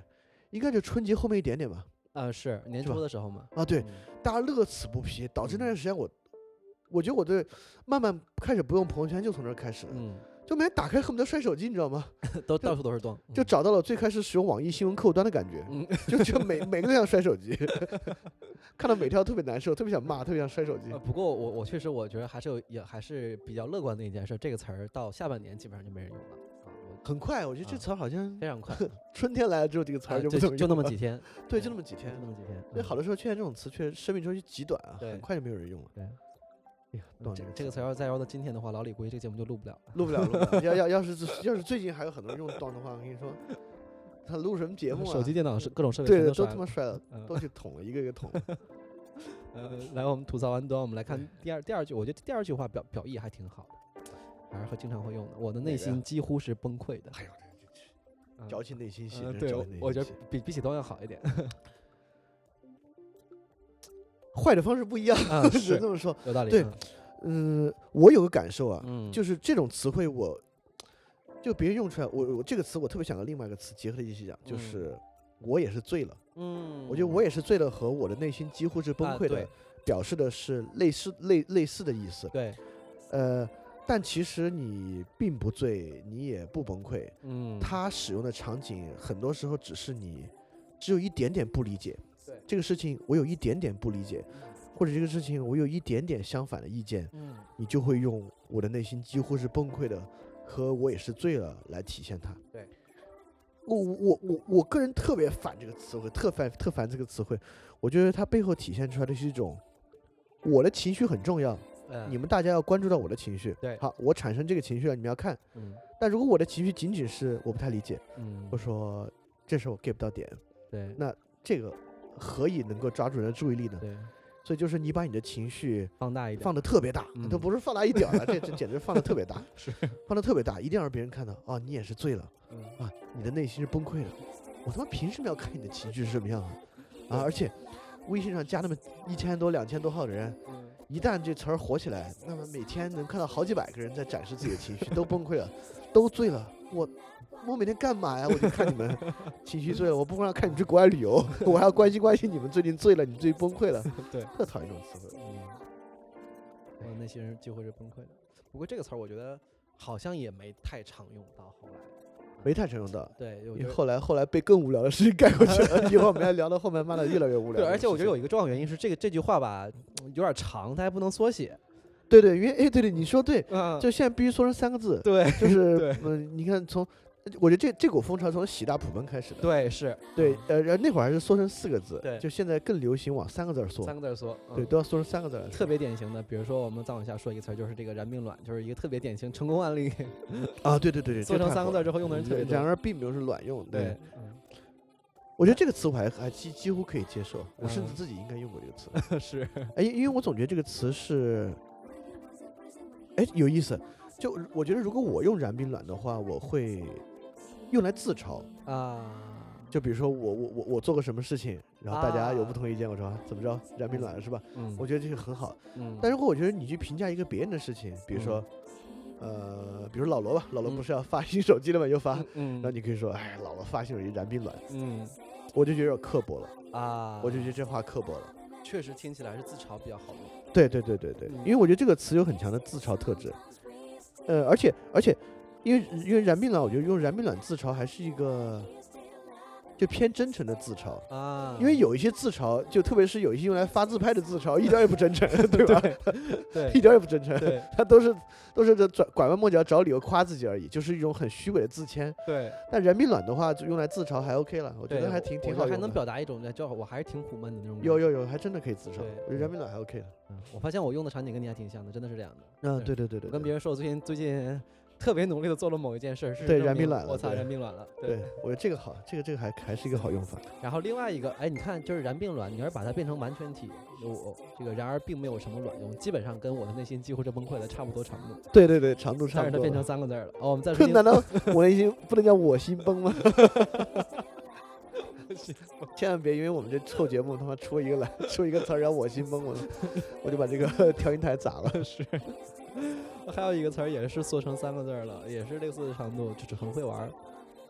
Speaker 3: 应该就春节后面一点点吧，
Speaker 4: 啊是年
Speaker 3: 是吧
Speaker 4: 初的时候嘛，
Speaker 3: 啊对，
Speaker 4: 嗯
Speaker 3: 大家乐此不疲，导致那
Speaker 4: 嗯
Speaker 3: 段时间我，我觉得我对慢慢开始不用朋友圈就从这儿开始了，就每天打开恨不得摔手机，你知道吗？
Speaker 4: 嗯， 都到处都是端，
Speaker 3: 就找到了最开始使用网易新闻客户端的感觉，
Speaker 4: 嗯
Speaker 3: 就就每每个都想摔 手机，看到每条特别难受，特别想骂，特别想摔手机
Speaker 4: 呃，。不过我我确实我觉得还是有也还是比较乐观的一件事，这个词儿到下半年基本上就没人用了啊，我
Speaker 3: 很快，我觉得这
Speaker 4: 啊
Speaker 3: 词儿好像
Speaker 4: 非常 快，
Speaker 3: 春天来了之后，这个词
Speaker 4: 啊
Speaker 3: 儿就不
Speaker 4: 就
Speaker 3: 怎么
Speaker 4: 就那
Speaker 3: 用
Speaker 4: 么
Speaker 3: 了
Speaker 4: 几， 天，
Speaker 3: 对，就那么几天
Speaker 4: 就。那么几天，嗯
Speaker 3: 所以好
Speaker 4: 的
Speaker 3: 多时候，现在这种词确实生命周期极短啊，
Speaker 4: 对
Speaker 3: 很快就没有人用了。
Speaker 4: 对，
Speaker 3: 哎呀，懂
Speaker 4: 这
Speaker 3: 个
Speaker 4: 这个词儿要再要到今天的话，老李估计这个节目就录不了了。
Speaker 3: 录不了，录不了。要要要是要是最近还有很多人用 d 的话，我跟你说，他录什么节目啊？
Speaker 4: 手机、电脑是各种设备
Speaker 3: 对
Speaker 4: 全
Speaker 3: 的，
Speaker 4: 都
Speaker 3: 都
Speaker 4: 摔
Speaker 3: 他
Speaker 4: 了
Speaker 3: 妈摔了，
Speaker 4: 嗯
Speaker 3: 都去捅了，一个一个捅。
Speaker 4: 呃，来，我们吐槽完端，我们来看第二第二句。我觉得第二句话表表意还挺好的，还是会经常会用的。我的
Speaker 3: 哪
Speaker 4: 内
Speaker 3: 个
Speaker 4: 心几乎是崩溃的。
Speaker 3: 哎呦，
Speaker 4: 嗯
Speaker 3: 矫情内心戏，
Speaker 4: 呃
Speaker 3: 真是
Speaker 4: 对
Speaker 3: 矫
Speaker 4: 我
Speaker 3: 情内，
Speaker 4: 我
Speaker 3: 心
Speaker 4: 觉得
Speaker 3: 戏
Speaker 4: 比比起端要好一 点。
Speaker 3: 坏的方式 不一样，
Speaker 4: 啊
Speaker 3: 只
Speaker 4: 是
Speaker 3: 能这么说。
Speaker 4: 有道理。
Speaker 3: 对
Speaker 4: 嗯
Speaker 3: 嗯，我有个感受啊，
Speaker 4: 嗯，
Speaker 3: 就是这种词汇我，就别人用出来，我我这个词我特别想跟另外一个词结合在一起讲，就
Speaker 4: 嗯
Speaker 3: 是我也是醉了。
Speaker 4: 嗯，
Speaker 3: 我觉得我也是醉了，和我的内心几乎是崩
Speaker 4: 啊
Speaker 3: 溃的
Speaker 4: 对，
Speaker 3: 表示的是类似类类似的意思。
Speaker 4: 对，
Speaker 3: 呃，但其实你并不醉，你也不崩溃。
Speaker 4: 嗯，
Speaker 3: 他使用的场景很多时候只是你只有一点点不理解，
Speaker 4: 对
Speaker 3: 这个事情我有一点点不理解，或者这个事情我有一点点相反的意见，
Speaker 4: 嗯
Speaker 3: 你就会用我的内心几乎是崩溃的和我也是醉了来体现它。
Speaker 4: 对。
Speaker 3: 我我我我个人特别烦这个词汇，特烦特烦这个词汇。我觉得它背后体现出来的是一种，我的情绪很重要，
Speaker 4: 呃
Speaker 3: 你们大家要关注到我的情绪。
Speaker 4: 对
Speaker 3: 好，我产生这个情绪了，你们要看。
Speaker 4: 嗯
Speaker 3: 但如果我的情绪仅仅是我不太理解，
Speaker 4: 嗯
Speaker 3: 我，说这时候我 get 不到点，
Speaker 4: 对
Speaker 3: 这个何以能够抓住人的注意力呢？
Speaker 4: 对，
Speaker 3: 所以就是你把你的情绪
Speaker 4: 放大一点，
Speaker 3: 放的特别大，
Speaker 4: 嗯
Speaker 3: 都不是放大一点儿了，这这简直放的特别大，
Speaker 4: 是
Speaker 3: 放的特别大，一定要让别人看到啊、你也是醉了
Speaker 4: 嗯
Speaker 3: 啊，你的内心是崩溃的，我他妈凭什么要看你的情绪是什么样啊？啊，而且微信上加那么一千多、两千多号的人，
Speaker 4: 嗯
Speaker 3: 一旦这词儿火起来，那么每天能看到好几百个人在展示自己的情绪，都崩溃了， 都醉了。我我每天干嘛呀？我就看 你们情绪醉了，我不光要看你们去国外旅游， 我还要关心关心你们最近醉了，你们最近崩溃了。
Speaker 4: 对，
Speaker 3: 特讨厌这种词汇。
Speaker 4: 嗯，我那些人几乎是崩溃的。不过这个词儿我觉得好像也没太常用到后来。
Speaker 3: 没太常用到。
Speaker 4: 对，我
Speaker 3: 因
Speaker 4: 觉
Speaker 3: 为
Speaker 4: 得
Speaker 3: 后来后来被更无聊的事情盖过去了，一会儿我们要聊到后面，妈的越来越无聊
Speaker 4: 对，
Speaker 3: 的事情。
Speaker 4: 而且我觉得有一个重要原因是这个这句话吧嗯有点长，它还不能缩写。
Speaker 3: 对对，因为哎对对，你说对，
Speaker 4: 嗯，
Speaker 3: 就现在必须说成三个字，
Speaker 4: 对
Speaker 3: 就
Speaker 4: 对
Speaker 3: 是嗯，你看从，我觉得这这股风潮从喜大普奔开始的，
Speaker 4: 对是，
Speaker 3: 对
Speaker 4: 嗯，
Speaker 3: 呃，然后那会儿还是缩成四个字，
Speaker 4: 对
Speaker 3: 就现在更流行往三个字儿缩
Speaker 4: 三，个字儿缩。
Speaker 3: 对，
Speaker 4: 嗯
Speaker 3: 都要缩成三个字儿来
Speaker 4: 特别典型的，比如说我们再往下说一个词儿，就是这个“燃并卵”，就是一个特别典型成功案例，
Speaker 3: 啊，对对 对对，
Speaker 4: 缩
Speaker 3: 这
Speaker 4: 成
Speaker 3: 太
Speaker 4: 三个
Speaker 3: 火
Speaker 4: 字儿
Speaker 3: 了
Speaker 4: 之后用的人特别
Speaker 3: 对然
Speaker 4: 多。
Speaker 3: 而并没有是卵用，
Speaker 4: 对，，
Speaker 3: 我觉得这个词我还还几几乎可以接受，我甚至
Speaker 4: 嗯
Speaker 3: 自己应该用过这个词，
Speaker 4: 嗯 是，
Speaker 3: 哎，因为我总觉得这个词是，哎，有意思。就我觉得，如果我用燃冰卵的话，我会用来自嘲。
Speaker 4: 啊，
Speaker 3: 就比如说我我我我做过什么事情，然后大家有
Speaker 4: 啊
Speaker 3: 不同意见，我说啊怎么着，燃冰卵是吧？
Speaker 4: 嗯，
Speaker 3: 我觉得这个很好。
Speaker 4: 嗯，
Speaker 3: 但如果我觉得你去评价一个别人的事情，比如说，呃，比如老罗吧，老罗
Speaker 4: 嗯
Speaker 3: 不是要发新手机了吗？又发，
Speaker 4: 嗯，
Speaker 3: 然后你可以说，哎，老罗发新手机燃冰卵，
Speaker 4: 嗯
Speaker 3: 我就觉得有点刻薄了，
Speaker 4: 嗯啊，
Speaker 3: 我就觉得这话刻薄了。
Speaker 4: 确实听起来是自嘲比较好用。
Speaker 3: 对对对对对，
Speaker 4: 嗯
Speaker 3: 因为我觉得这个词有很强的自嘲特质，呃，而且而且，因为因为燃冰卵，我觉得用燃冰卵自嘲还是一个就偏真诚的自嘲，
Speaker 4: 啊，
Speaker 3: 因为有一些自嘲，就特别是有一些用来发自拍的自嘲，一点儿也不真诚， 对吧？
Speaker 4: 对
Speaker 3: 一点儿也不真诚，
Speaker 4: 对
Speaker 3: 他都是都是在转拐弯抹角找理由夸自己而已，就是一种很虚伪的自谦。
Speaker 4: 对，
Speaker 3: 但燃冰卵的话，就用来自嘲还 OK 了，我觉
Speaker 4: 对
Speaker 3: 得还
Speaker 4: 我
Speaker 3: 挺
Speaker 4: 我
Speaker 3: 挺
Speaker 4: 觉
Speaker 3: 好
Speaker 4: 得还
Speaker 3: 用
Speaker 4: 能
Speaker 3: 的。
Speaker 4: 表达一种叫我还是挺苦闷的那种。
Speaker 3: 有，有有，还真的可以自嘲
Speaker 4: 对，
Speaker 3: 我觉得燃冰卵还 OK 了。
Speaker 4: 嗯我发现我用的场景跟你还挺像的，真的是这样的。
Speaker 3: 嗯，
Speaker 4: 对
Speaker 3: 对对对对，
Speaker 4: 我跟别人说，我最近最近 特别努力的做了某一件事，是
Speaker 3: 对
Speaker 4: 证
Speaker 3: 燃
Speaker 4: 明
Speaker 3: 并卵
Speaker 4: 我
Speaker 3: 了
Speaker 4: 操，
Speaker 3: 对
Speaker 4: 燃并卵了。
Speaker 3: 对，我觉得这个好，这个这个还还是一个好用法。
Speaker 4: 然后另外一个，哎，你看，就是燃并卵，你要是把它变成完全体，我这个然而并没有什么卵用，基本上跟我的内心几乎是崩溃的差不多长度，
Speaker 3: 对对对，长度
Speaker 4: 但
Speaker 3: 差
Speaker 4: 是
Speaker 3: 不
Speaker 4: 它
Speaker 3: 多
Speaker 4: 变成
Speaker 3: 了。
Speaker 4: 三个字儿了。哦，我们再说另
Speaker 3: 难道我的心不能叫我心崩吗？ 千万别因为我们这臭节目他妈出一个来出一个词儿，然后我心崩，我我就把这个 调音台砸了。是，
Speaker 4: 还有一个词儿也是缩成三个字儿了，也是类似的长度，就是很会玩儿。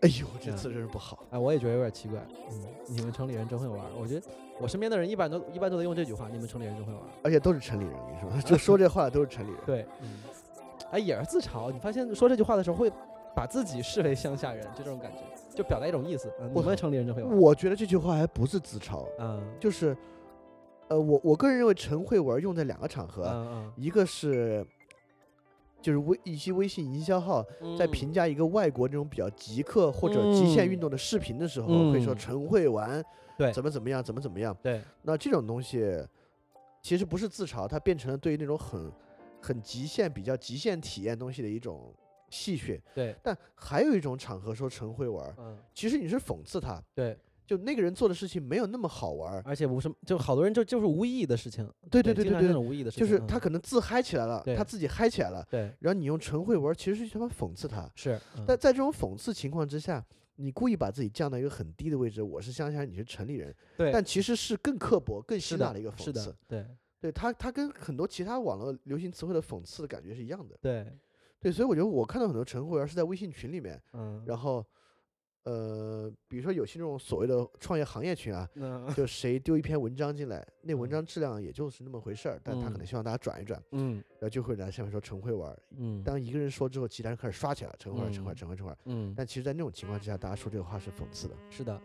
Speaker 3: 哎呦，这次真是不好。
Speaker 4: 哎，我也觉得有点奇怪。嗯，你们城里人真会玩儿。我觉得我身边的人一般都一般都在用这句话，你们城里人真会玩儿。
Speaker 3: 而且都是城里人，我跟你说，就 说这话的都是城里人。
Speaker 4: 对，嗯，哎，也是自嘲。你发现说这句话的时候，会把自己视为乡下人，就这种感觉，就表达一种意思。嗯、
Speaker 3: 我
Speaker 4: 你们城里人真会玩儿。
Speaker 3: 我觉得这句话还不是自嘲，
Speaker 4: 嗯，
Speaker 3: 就是，呃，我我个人认为陈慧文用在两个场合，
Speaker 4: 嗯
Speaker 3: 一个是就是微一些微信营销号，
Speaker 4: 嗯，
Speaker 3: 在评价一个外国这种比较极客或者极限运动的视频的时候，会说
Speaker 4: 嗯
Speaker 3: 陈慧玩，
Speaker 4: 对
Speaker 3: 怎么怎么样，怎么怎么样。
Speaker 4: 对，
Speaker 3: 那这种东西其实不是自嘲，它变成了对于那种很很极限、比较极限体验东西的一种戏谑。
Speaker 4: 对，
Speaker 3: 但还有一种场合说陈慧玩，
Speaker 4: 嗯
Speaker 3: 其实你是讽刺他，
Speaker 4: 对，
Speaker 3: 就那个人做的事情没有那么好玩。
Speaker 4: 而且无什么，就好多人就就是无意义的事情。
Speaker 3: 对对对
Speaker 4: 经
Speaker 3: 对
Speaker 4: 常那
Speaker 3: 对，
Speaker 4: 种无意义的事
Speaker 3: 就
Speaker 4: 情，
Speaker 3: 是
Speaker 4: 嗯
Speaker 3: 他可能自嗨起来了，
Speaker 4: 对
Speaker 3: 他自己嗨起来了，
Speaker 4: 对
Speaker 3: 然后你用陈慧玩，其实是他妈讽刺他。
Speaker 4: 是，嗯
Speaker 3: 但在这种讽刺情况之下，你故意把自己降到一个很低的位置，我是乡下人，你是城里人，
Speaker 4: 对，
Speaker 3: 但其实是更刻薄、更
Speaker 4: 是
Speaker 3: 辛
Speaker 4: 的
Speaker 3: 辣的一个讽刺。
Speaker 4: 是的，对
Speaker 3: 对他，他跟很多其他网络流行词汇的讽刺的感觉是一样的。
Speaker 4: 对，
Speaker 3: 对，所以我觉得我看到很多陈慧儿是在微信群里面，
Speaker 4: 嗯，
Speaker 3: 然后，呃，比如说有些那种所谓的创业行业群啊，
Speaker 4: 那
Speaker 3: 就谁丢一篇文章进来，那文
Speaker 4: 嗯
Speaker 3: 章质量也就是那么回事儿，但他可
Speaker 4: 嗯
Speaker 3: 能希望大家转一转，
Speaker 4: 嗯
Speaker 3: 然后就会在下面说陈慧玩儿。
Speaker 4: 嗯
Speaker 3: 当一个人说之后，其他人开始刷起来，陈慧儿，陈慧儿，
Speaker 4: 嗯
Speaker 3: 陈慧儿，陈慧儿。
Speaker 4: 嗯，
Speaker 3: 但其实，在那种情况之下，大家说这个话是讽刺的。
Speaker 4: 是的。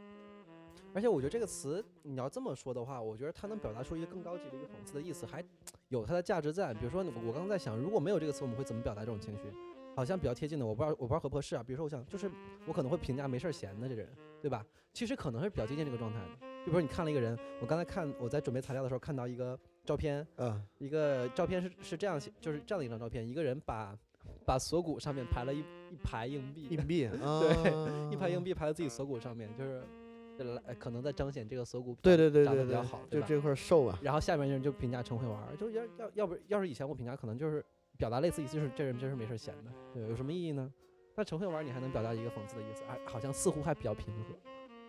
Speaker 4: 而且我觉得这个词，你要这么说的话，我觉得它能表达出一个更高级的一个讽刺的意思，还有它的价值在。比如说，我刚刚在想，如果没有这个词，我们会怎么表达这种情绪？好像比较贴近的，我不知道我不知道合不合适啊。比如说，我想就是我可能会评价没事儿闲的这人，对吧？其实可能是比较接近这个状态的。就比如你看了一个人，我刚才看我在准备材料的时候看到一个照片，
Speaker 3: 嗯，
Speaker 4: 一个照片是是这样写，就是这样的一张照片，一个人把把锁骨上面排了一一排硬币，
Speaker 3: 硬币，啊
Speaker 4: 对
Speaker 3: 对
Speaker 4: 一排硬
Speaker 3: 币。
Speaker 4: 币排在自己锁骨上面，就是就来可能在彰显这个锁骨
Speaker 3: 对
Speaker 4: 长
Speaker 3: 对对
Speaker 4: 长得
Speaker 3: 对
Speaker 4: 比
Speaker 3: 对
Speaker 4: 较好，，对
Speaker 3: 就
Speaker 4: 吧？
Speaker 3: 这块儿瘦啊嘛。
Speaker 4: 然后下面人就评价陈慧玩儿，就要要要不要是以前我评价，可能就是表达类似于就是这人真是没事儿闲的，哎对，有什么意义呢？那陈慧玩儿你还能表达一个讽刺的意思，而好像似乎还比较平和，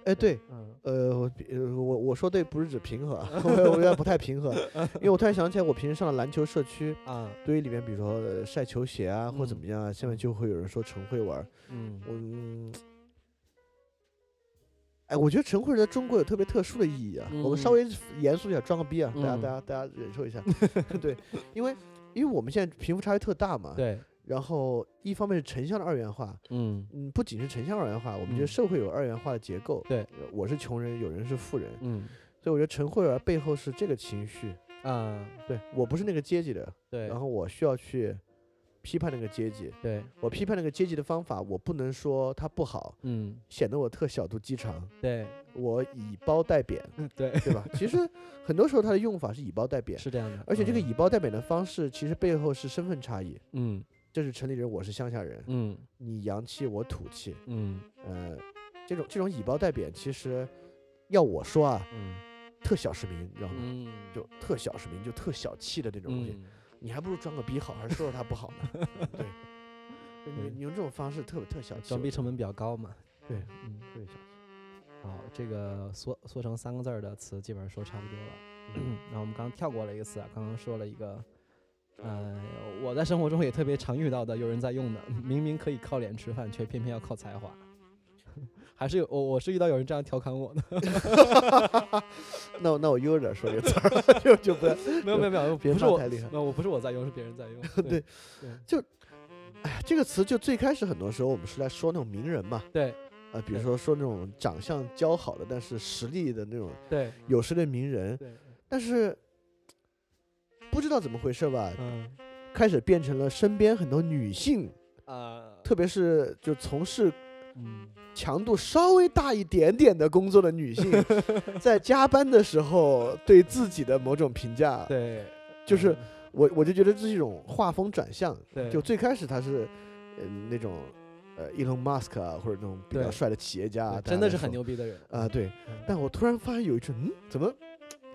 Speaker 3: 哎，对，
Speaker 4: 嗯，
Speaker 3: 呃，我比呃我我说对，不是指平和啊， 我我有点不太平和， 因为我突然想起来，我平时上篮球社区
Speaker 4: 啊，
Speaker 3: 堆里面，比如说、呃晒球鞋啊，或者怎
Speaker 4: 嗯
Speaker 3: 么样啊，下面就会有人说陈慧玩儿，
Speaker 4: 嗯
Speaker 3: 我嗯，哎，我觉得陈慧在中国有特别特殊的意义啊。我们稍
Speaker 4: 嗯
Speaker 3: 微严肃一下，装个逼啊，大家
Speaker 4: 嗯
Speaker 3: 大家大家忍受一下。 对，因为因为我们现在贫富差距特大嘛，
Speaker 4: 对，
Speaker 3: 然后一方面是城乡的二元化，
Speaker 4: 嗯
Speaker 3: 嗯，不仅是城乡二元化，我们觉
Speaker 4: 嗯
Speaker 3: 得社会有二元化的结构。
Speaker 4: 对
Speaker 3: 呃，我是穷人，有人是富人，
Speaker 4: 嗯
Speaker 3: 所以我觉得陈慧儿背后是这个情绪。
Speaker 4: 啊，
Speaker 3: 对我不是那个阶级的，
Speaker 4: 对
Speaker 3: 然后我需要去批判那个阶级，
Speaker 4: 对，
Speaker 3: 我批判那个阶级的方法，我不能说它不好，
Speaker 4: 嗯
Speaker 3: 显得我特小肚鸡肠，
Speaker 4: 对
Speaker 3: 我以褒代贬，
Speaker 4: 嗯对，
Speaker 3: 对吧？其实很多时候它的用法是以褒代贬，
Speaker 4: 是这样的。
Speaker 3: 而且这个
Speaker 4: 嗯
Speaker 3: 以褒代贬的方式，其实背后是身份差异。
Speaker 4: 嗯
Speaker 3: 这是城里人，我是乡下人，
Speaker 4: 嗯
Speaker 3: 你洋气，我土气。
Speaker 4: 嗯
Speaker 3: 呃，这种这种以褒代贬，其实要我说啊，
Speaker 4: 嗯
Speaker 3: 特小市民，你知道吗？
Speaker 4: 嗯，
Speaker 3: 就特小市民，就特小气的那种东西，
Speaker 4: 嗯
Speaker 3: 你还不如装个逼好，还是说说他不好 呢？对，你
Speaker 4: 对
Speaker 3: 你用这种方式特别特小气，
Speaker 4: 嗯装
Speaker 3: 我
Speaker 4: 逼
Speaker 3: 觉得
Speaker 4: 成本比较高嘛。
Speaker 3: 对
Speaker 4: 嗯，
Speaker 3: 特别小气。
Speaker 4: 好，啊这个缩缩成三个字儿的词基本上说差不多了。嗯然后我们刚刚跳过了一个词啊，刚刚说了一个，呃，我在生活中也特别常遇到的，有人在用的，明明可以靠脸吃饭，却偏偏要靠才华。 还是有我，我是遇到有人这样调侃我的，
Speaker 3: 那我那我悠着点说这个词儿， 就就不要
Speaker 4: 没有没有没 有，
Speaker 3: 别
Speaker 4: 不是
Speaker 3: 放
Speaker 4: 我
Speaker 3: 太厉害，
Speaker 4: 没有，我不是我在用，是别人在 用。
Speaker 3: 对哎，这个词就最开始很多时候我们是来说那种名人嘛，
Speaker 4: 对
Speaker 3: 呃，比如
Speaker 4: 对
Speaker 3: 说说那种长相姣好的，但是实力的那种
Speaker 4: 对
Speaker 3: 有实力的名人，
Speaker 4: 对，
Speaker 3: 但是不知道怎么回事吧，
Speaker 4: 嗯
Speaker 3: 开始变成了身边很多女性，
Speaker 4: 啊，
Speaker 3: 特别是就从事
Speaker 4: 嗯
Speaker 3: 强度稍微大一点点的工作的女 性，在加班的时候对自己的某种评价，
Speaker 4: 对，
Speaker 3: 就是
Speaker 4: 嗯
Speaker 3: 我我就觉得这是一种画风转向，
Speaker 4: 对
Speaker 3: 就最开始他是，呃，那种，呃，Elon Musk 啊，或者那种比较
Speaker 4: 对
Speaker 3: 帅的企业家啊，
Speaker 4: 对
Speaker 3: 大
Speaker 4: 真
Speaker 3: 家
Speaker 4: 的
Speaker 3: 来
Speaker 4: 是很
Speaker 3: 说
Speaker 4: 牛逼的人
Speaker 3: 啊，对。
Speaker 4: 嗯
Speaker 3: 但我突然发现有一种，嗯，怎么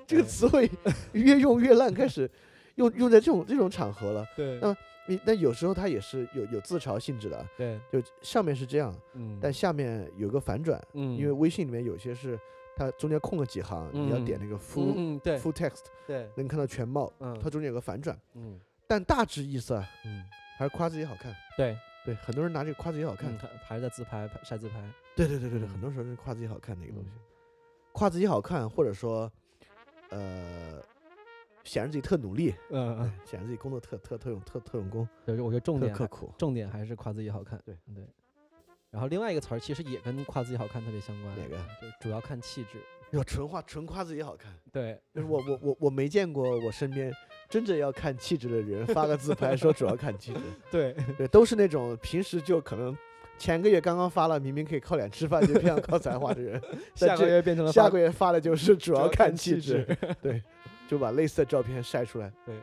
Speaker 3: 这
Speaker 4: 对
Speaker 3: 个词 汇越用越烂，开始用用在这种这种场合了。
Speaker 4: 对
Speaker 3: 那你但有时候它也是有有自嘲性质的啊，
Speaker 4: 对，
Speaker 3: 就上面是这样，
Speaker 4: 嗯，
Speaker 3: 但下面有个反转，
Speaker 4: 嗯，
Speaker 3: 因为微信里面有些是它中间空了几行，你要点那个 full
Speaker 4: 嗯嗯对
Speaker 3: full text
Speaker 4: 对，
Speaker 3: 能看到全貌，
Speaker 4: 嗯
Speaker 3: 它中间有个反转，
Speaker 4: 嗯
Speaker 3: 但大致意思啊
Speaker 4: 嗯
Speaker 3: 还是夸自己好看。
Speaker 4: 对，
Speaker 3: 对，嗯很多人拿这个夸自己好看
Speaker 4: 看，看还是在自拍晒自拍，
Speaker 3: 对对对对对，
Speaker 4: 嗯
Speaker 3: 很多时候是夸自己好看的一个东西
Speaker 4: 嗯，
Speaker 3: 夸自己好看，或者说，呃，显示自己特努力，
Speaker 4: 嗯嗯。
Speaker 3: 显示自己工作特特特用特特用功，
Speaker 4: 对，我觉得重
Speaker 3: 特
Speaker 4: 点啊
Speaker 3: 刻
Speaker 4: 还
Speaker 3: 苦。
Speaker 4: 重点还是夸自己好看。
Speaker 3: 对
Speaker 4: 对。然后另外一个词儿其实也跟夸自己好看特别相关，
Speaker 3: 哪个呀？
Speaker 4: 就是主要看气质。
Speaker 3: 要纯夸纯夸自己好看，
Speaker 4: 对，
Speaker 3: 就是我我我我没见过我身边真正要看气质的人发个自拍说主要 看气质，
Speaker 4: 对
Speaker 3: 对，都是那种平时就可能前个月刚刚发了，明明可以靠脸吃饭，就偏要靠才华的人，
Speaker 4: 下个
Speaker 3: 这
Speaker 4: 月变成了
Speaker 3: 下
Speaker 4: 发
Speaker 3: 个月发的就是主
Speaker 4: 主
Speaker 3: 要
Speaker 4: 要
Speaker 3: 看
Speaker 4: 看
Speaker 3: 气质，
Speaker 4: 质。
Speaker 3: 对，就把类似的照片晒出来。
Speaker 4: 对，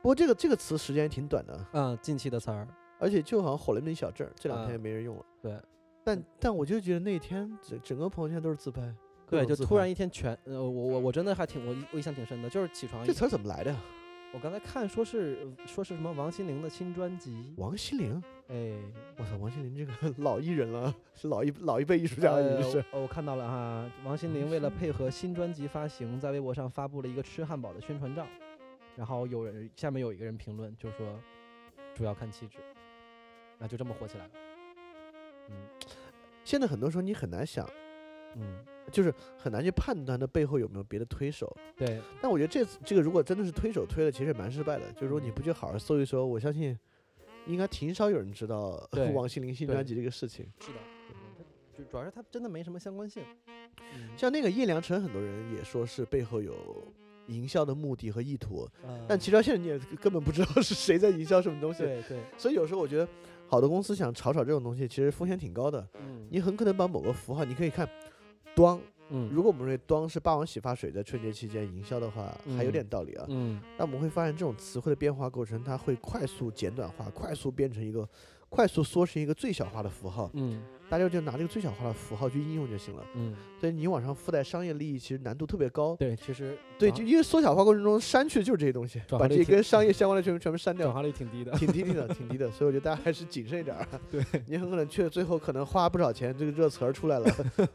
Speaker 3: 不过这个这个词时间也挺短的，
Speaker 4: 嗯，近期的词儿，
Speaker 3: 而且就好像火了那么一小阵儿，这两
Speaker 4: 啊
Speaker 3: 天也没人用了。
Speaker 4: 对
Speaker 3: 但但我就觉得那天整整个朋友圈都是自拍，各
Speaker 4: 对，
Speaker 3: 种
Speaker 4: 就
Speaker 3: 自
Speaker 4: 突
Speaker 3: 拍
Speaker 4: 然一天全，呃，我我我真的还挺我印我印象挺深的，就是起床一
Speaker 3: 这，词儿怎么来的呀？啊
Speaker 4: 我刚才看说是呃说是什么王心凌的新专辑，
Speaker 3: 王心凌，
Speaker 4: 哎，
Speaker 3: 我操，王心凌这个 老艺人了，是老一老一辈 艺术家了，
Speaker 4: 呃
Speaker 3: 已经是。
Speaker 4: 我我看到了哈，王心凌为了配合新专辑发行，在微博上发布了一个吃汉堡的宣传照，然后有人下面有一个人评论就说，主要看气质，啊，就这么火起来了。嗯
Speaker 3: 现在很多时候你很难想，
Speaker 4: 嗯，
Speaker 3: 就是很难去判断它背后有没有别的推手。
Speaker 4: 对，
Speaker 3: 但我觉得这次这个如果真的是推手推了，其实也蛮失败的。就是说你不去好好搜一搜，我相信应该挺少有人知道
Speaker 4: 对
Speaker 3: 王心凌新
Speaker 4: 对
Speaker 3: 专辑这个事情。
Speaker 4: 是的，就主要是它真的没什么相关性。嗯
Speaker 3: 像那个叶良辰，很多人也说是背后有营销的目的和意图，但其
Speaker 4: 实
Speaker 3: 实到现在你也根本不知道是谁在营销什么东西。
Speaker 4: 嗯呃对对，
Speaker 3: 所以有时候我觉得，好的公司想炒炒这种东西，其实风险挺高的。
Speaker 4: 嗯
Speaker 3: 你很可能把某个符号，你可以看“端”，
Speaker 4: 嗯
Speaker 3: 如果我们认为“端”是霸王洗发水在春节期间营销的话，还有点道理啊。
Speaker 4: 嗯
Speaker 3: 但我们会发现，这种词汇的变化过程，它会快速简短化，快速变成一个快速缩成一个最小化的符号，
Speaker 4: 嗯
Speaker 3: 大家就拿这个最小化的符号去应用就行了。
Speaker 4: 嗯，
Speaker 3: 所以你往上附带商业利益，其实难度特别高。
Speaker 4: 对，其实
Speaker 3: 对，
Speaker 4: 转
Speaker 3: 就因为缩小化过程中删去就是这些东西，
Speaker 4: 转化
Speaker 3: 把
Speaker 4: 率
Speaker 3: 这些
Speaker 4: 挺
Speaker 3: 跟商业相关的全部全部删
Speaker 4: 转
Speaker 3: 掉，
Speaker 4: 化率挺低的。
Speaker 3: 挺低的，挺低的。所以我觉得大家还是谨慎一点儿。
Speaker 4: 对，
Speaker 3: 你很可能去最后可能花不少钱，这个热词儿出 来了，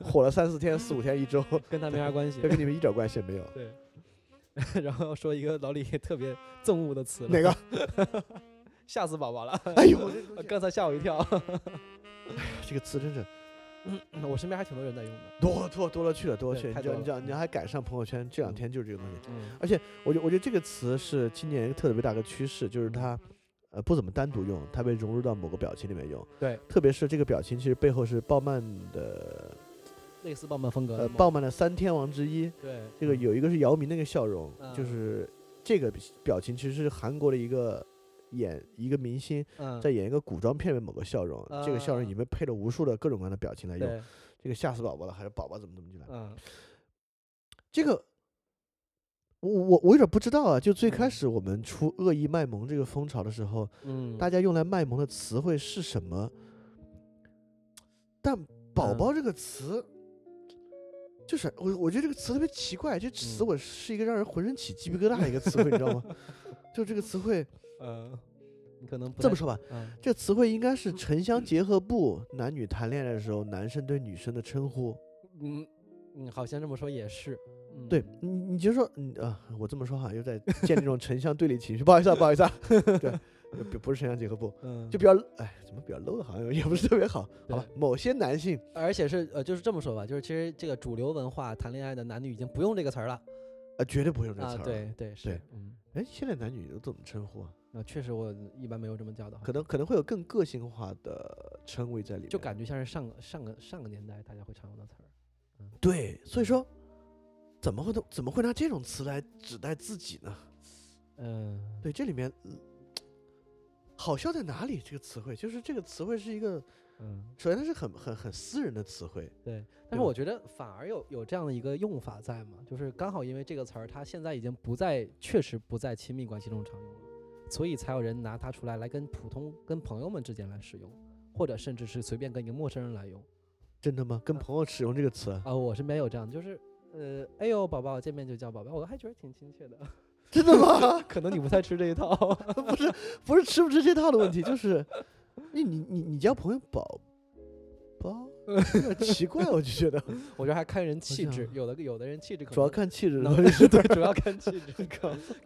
Speaker 3: 火了三四天、四五天、一周，
Speaker 4: 跟他没啥关系
Speaker 3: 这。跟你们一点关系 也没有。
Speaker 4: 对，然后说一个老李特别憎恶的词了，
Speaker 3: 哪个？
Speaker 4: 吓死宝宝了！
Speaker 3: 哎 呦，我这个东西
Speaker 4: 刚才吓我一跳。
Speaker 3: 这个词真是
Speaker 4: 嗯我身边还挺多人在用的。
Speaker 3: 多多多了去了，多了
Speaker 4: 对
Speaker 3: 去了。
Speaker 4: 太
Speaker 3: 你知道，
Speaker 4: 多
Speaker 3: 你
Speaker 4: 了
Speaker 3: 知道，你知道还赶上朋友圈，这两天就是这个东西。
Speaker 4: 嗯
Speaker 3: 我觉我觉得这个词是今年一个特别大的趋势，就是它，呃，不怎么单独用，它被融入到某个表情里面用。
Speaker 4: 对，
Speaker 3: 特别是这个表情，其实背后是鲍曼的，
Speaker 4: 类似棒棒风格的
Speaker 3: 呃，
Speaker 4: 嘛。
Speaker 3: 鲍曼的三天王之一。
Speaker 4: 对
Speaker 3: 呃这个有一个是姚明那个笑容，
Speaker 4: 嗯
Speaker 3: 就是这个表情其实是韩国的一个演一个明星
Speaker 4: 嗯
Speaker 3: 在演一个古装片里面某个笑容，这个笑容
Speaker 4: 啊
Speaker 3: 里面配了无数的各种各样的表情来用。
Speaker 4: 对
Speaker 3: 这个吓死宝宝了，还是宝宝怎么怎么进来？
Speaker 4: 嗯
Speaker 3: 这个我我我有点不知道啊。就最开
Speaker 4: 嗯
Speaker 3: 始我们出恶意卖萌这个风潮的时候，
Speaker 4: 嗯，
Speaker 3: 大家用来卖萌的词汇是什么？但“宝
Speaker 4: 嗯
Speaker 3: 宝”这个词，就是我我觉得这个词特别奇怪，这词
Speaker 4: 嗯
Speaker 3: 我是一个让人浑身起鸡皮疙瘩的一个词汇，你知 道吗？就这个词汇，
Speaker 4: 嗯，你可能不
Speaker 3: 这
Speaker 4: 太
Speaker 3: 么，说吧，
Speaker 4: 嗯
Speaker 3: 这词汇应该是城乡结合部男女谈恋爱的时候，男生对女生的称呼。
Speaker 4: 嗯嗯，好像这么说也是。嗯
Speaker 3: 对，你，你就说，嗯啊，我这么说好像又在建立这种城乡对立情绪，不好意思啊，不好意思啊， 对，不不是城乡结合部，
Speaker 4: 嗯，
Speaker 3: 就比较，哎，怎么比较 low 的，好像也不是特别好，好吧
Speaker 4: 对，
Speaker 3: 某些男性，
Speaker 4: 而且是呃，就是这么说吧，就是其实这个主流文化谈恋爱的男女已经不用这个词儿了
Speaker 3: 啊，绝对不会用这个
Speaker 4: 啊
Speaker 3: 词儿、，
Speaker 4: 对对是
Speaker 3: 对，
Speaker 4: 嗯，
Speaker 3: 哎，现在男女都怎么称呼啊？
Speaker 4: 那确实我一般没有这么叫的，
Speaker 3: 可能可能会有更个性化的称谓在里面。
Speaker 4: 就感觉像是上个上个上个年代大家会常用的词儿。
Speaker 3: 对，所以说，怎么会都怎么会拿这种词来指代自己呢？
Speaker 4: 嗯，
Speaker 3: 对，这里面、嗯好笑在哪里？这个词汇就是这个词汇是一个，
Speaker 4: 嗯，
Speaker 3: 首先它是很很很私人的词汇，
Speaker 4: 对。但
Speaker 3: 对
Speaker 4: 是我
Speaker 3: 吧
Speaker 4: 觉得反而有有这样的一个用法在嘛，就是刚好因为这个词儿，它现在已经不再确实不在亲密关系中常用了，所以才有人拿它出来来跟普通跟朋友们之间来使用，或者甚至是随便跟一个陌生人来用。
Speaker 3: 真的吗？跟
Speaker 4: 啊
Speaker 3: 朋友使用这个词啊，
Speaker 4: 啊、我身边有这样，就是呃，哎呦，宝宝见面就叫宝宝，我还觉得挺亲切的。
Speaker 3: 真的吗？
Speaker 4: 可能你不太吃这一 套，
Speaker 3: 不是不是吃不吃这套的问题，就是你你你你叫朋友宝 宝，有点奇怪，我就觉得
Speaker 4: 我觉得还看人气
Speaker 3: 想
Speaker 4: 质，有的有的人气质可能
Speaker 3: 主要看气质，
Speaker 4: 能对，主要看气 质，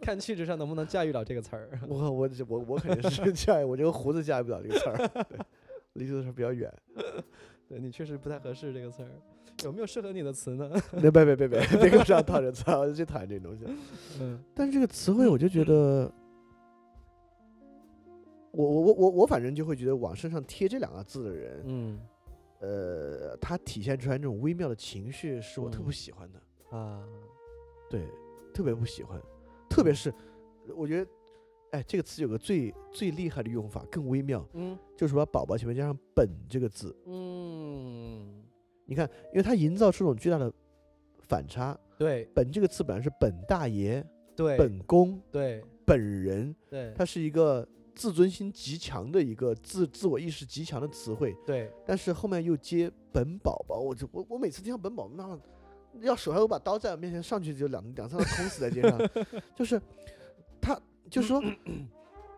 Speaker 4: 看气质上能不能驾驭了这个词儿。
Speaker 3: 我我这我我肯定是驾驭，我这个胡子驾驭不了这个词儿，对离这个词儿比较远。
Speaker 4: 对你确实不太合适这个词儿，有没有适合你的词呢？
Speaker 3: 那别别别别别给我这样套人词儿，我最讨厌这种东西。
Speaker 4: 嗯
Speaker 3: 但是这个词汇，我就觉得，我我我我我反正就会觉得往身上贴这两个字的人，
Speaker 4: 嗯
Speaker 3: 呃，他体现出来那种微妙的情绪，是我特
Speaker 4: 嗯
Speaker 3: 不喜欢的，
Speaker 4: 啊，
Speaker 3: 对，特别不喜欢，特别是我觉得。哎，这个词有个最最厉害的用法，更微妙，
Speaker 4: 嗯
Speaker 3: 就是把“宝宝”前面加上“本”这个字，
Speaker 4: 嗯，
Speaker 3: 你看，因为它营造出这种巨大的反差。
Speaker 4: 对
Speaker 3: 本这个词本来是本大爷、
Speaker 4: 对
Speaker 3: 本宫、
Speaker 4: 对
Speaker 3: 本人，
Speaker 4: 对
Speaker 3: 它是一个自尊心极强的一个自自我意识极强的词汇，
Speaker 4: 对，
Speaker 3: 但是后面又接本宝宝，我就我我每次听到本宝宝，那要手还有把刀在我面前上去就两两三个捅死在街上，就是他就是说，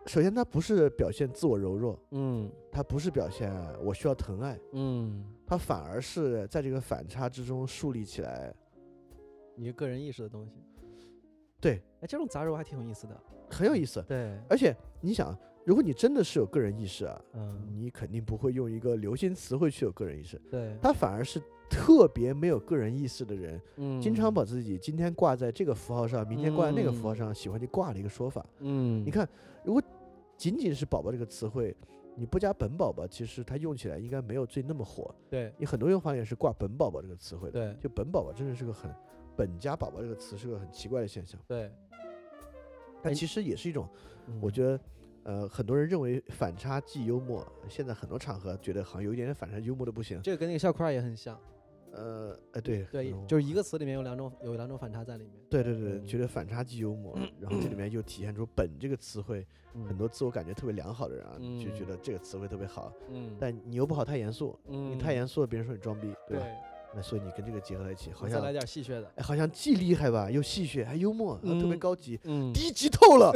Speaker 3: 首先他不是表现自我柔弱，
Speaker 4: 嗯
Speaker 3: 他不是表现我需要疼爱，
Speaker 4: 嗯，
Speaker 3: 他反而是在这个反差之中树立起来。
Speaker 4: 你个人意识的东西。
Speaker 3: 对，
Speaker 4: 哎，这种杂糅还挺有意思的。嗯
Speaker 3: 很有意思。
Speaker 4: 对，
Speaker 3: 而且你想，如果你真的是有个人意识啊，
Speaker 4: 嗯，
Speaker 3: 你肯定不会用一个流行词汇去有个人意识，
Speaker 4: 对，
Speaker 3: 他反而是特别没有个人意识的人，
Speaker 4: 嗯，
Speaker 3: 经常把自己今天挂在这个符号上，明天挂在那个符号上，喜欢去挂的一个说法。
Speaker 4: 嗯，
Speaker 3: 你看，如果仅仅是“宝宝”这个词汇。你不加“本宝宝”，其实它用起来应该没有最那么火。
Speaker 4: 对
Speaker 3: 你很多用法也是挂“本宝宝”这个词汇的。
Speaker 4: 对
Speaker 3: 就“本宝宝”真的是个很“本加宝宝”这个词是个很奇怪的现象，
Speaker 4: 对，嗯哎
Speaker 3: 但其实也是一种我
Speaker 4: 得
Speaker 3: 觉得，呃，很多人认为反差即幽默，现在很多场合觉得好像有一点点反差幽默的不行。
Speaker 4: 这个跟那个校花也很像。
Speaker 3: 呃，哎，对，
Speaker 4: 对
Speaker 3: 可能，
Speaker 4: 就是一个词里面有两种有两种反差在里面。
Speaker 3: 对对对，
Speaker 4: 嗯
Speaker 3: 觉得反差即幽默，然后这里面又体现出“本”这个词汇，
Speaker 4: 嗯
Speaker 3: 很多自我感觉特别良好的人啊，就
Speaker 4: 嗯
Speaker 3: 觉得这个词汇特别好，
Speaker 4: 嗯，
Speaker 3: 但你又不好太严肃，
Speaker 4: 嗯
Speaker 3: 你太严肃了，别人说你装逼，对
Speaker 4: 对
Speaker 3: 吧？，那所以你跟这个结合在一起，好
Speaker 4: 再来
Speaker 3: 像
Speaker 4: 点戏谑的。
Speaker 3: 哎，好像既厉害吧，又戏谑，还幽默，然后特别
Speaker 4: 嗯
Speaker 3: 高级，
Speaker 4: 嗯，
Speaker 3: 低级 透了。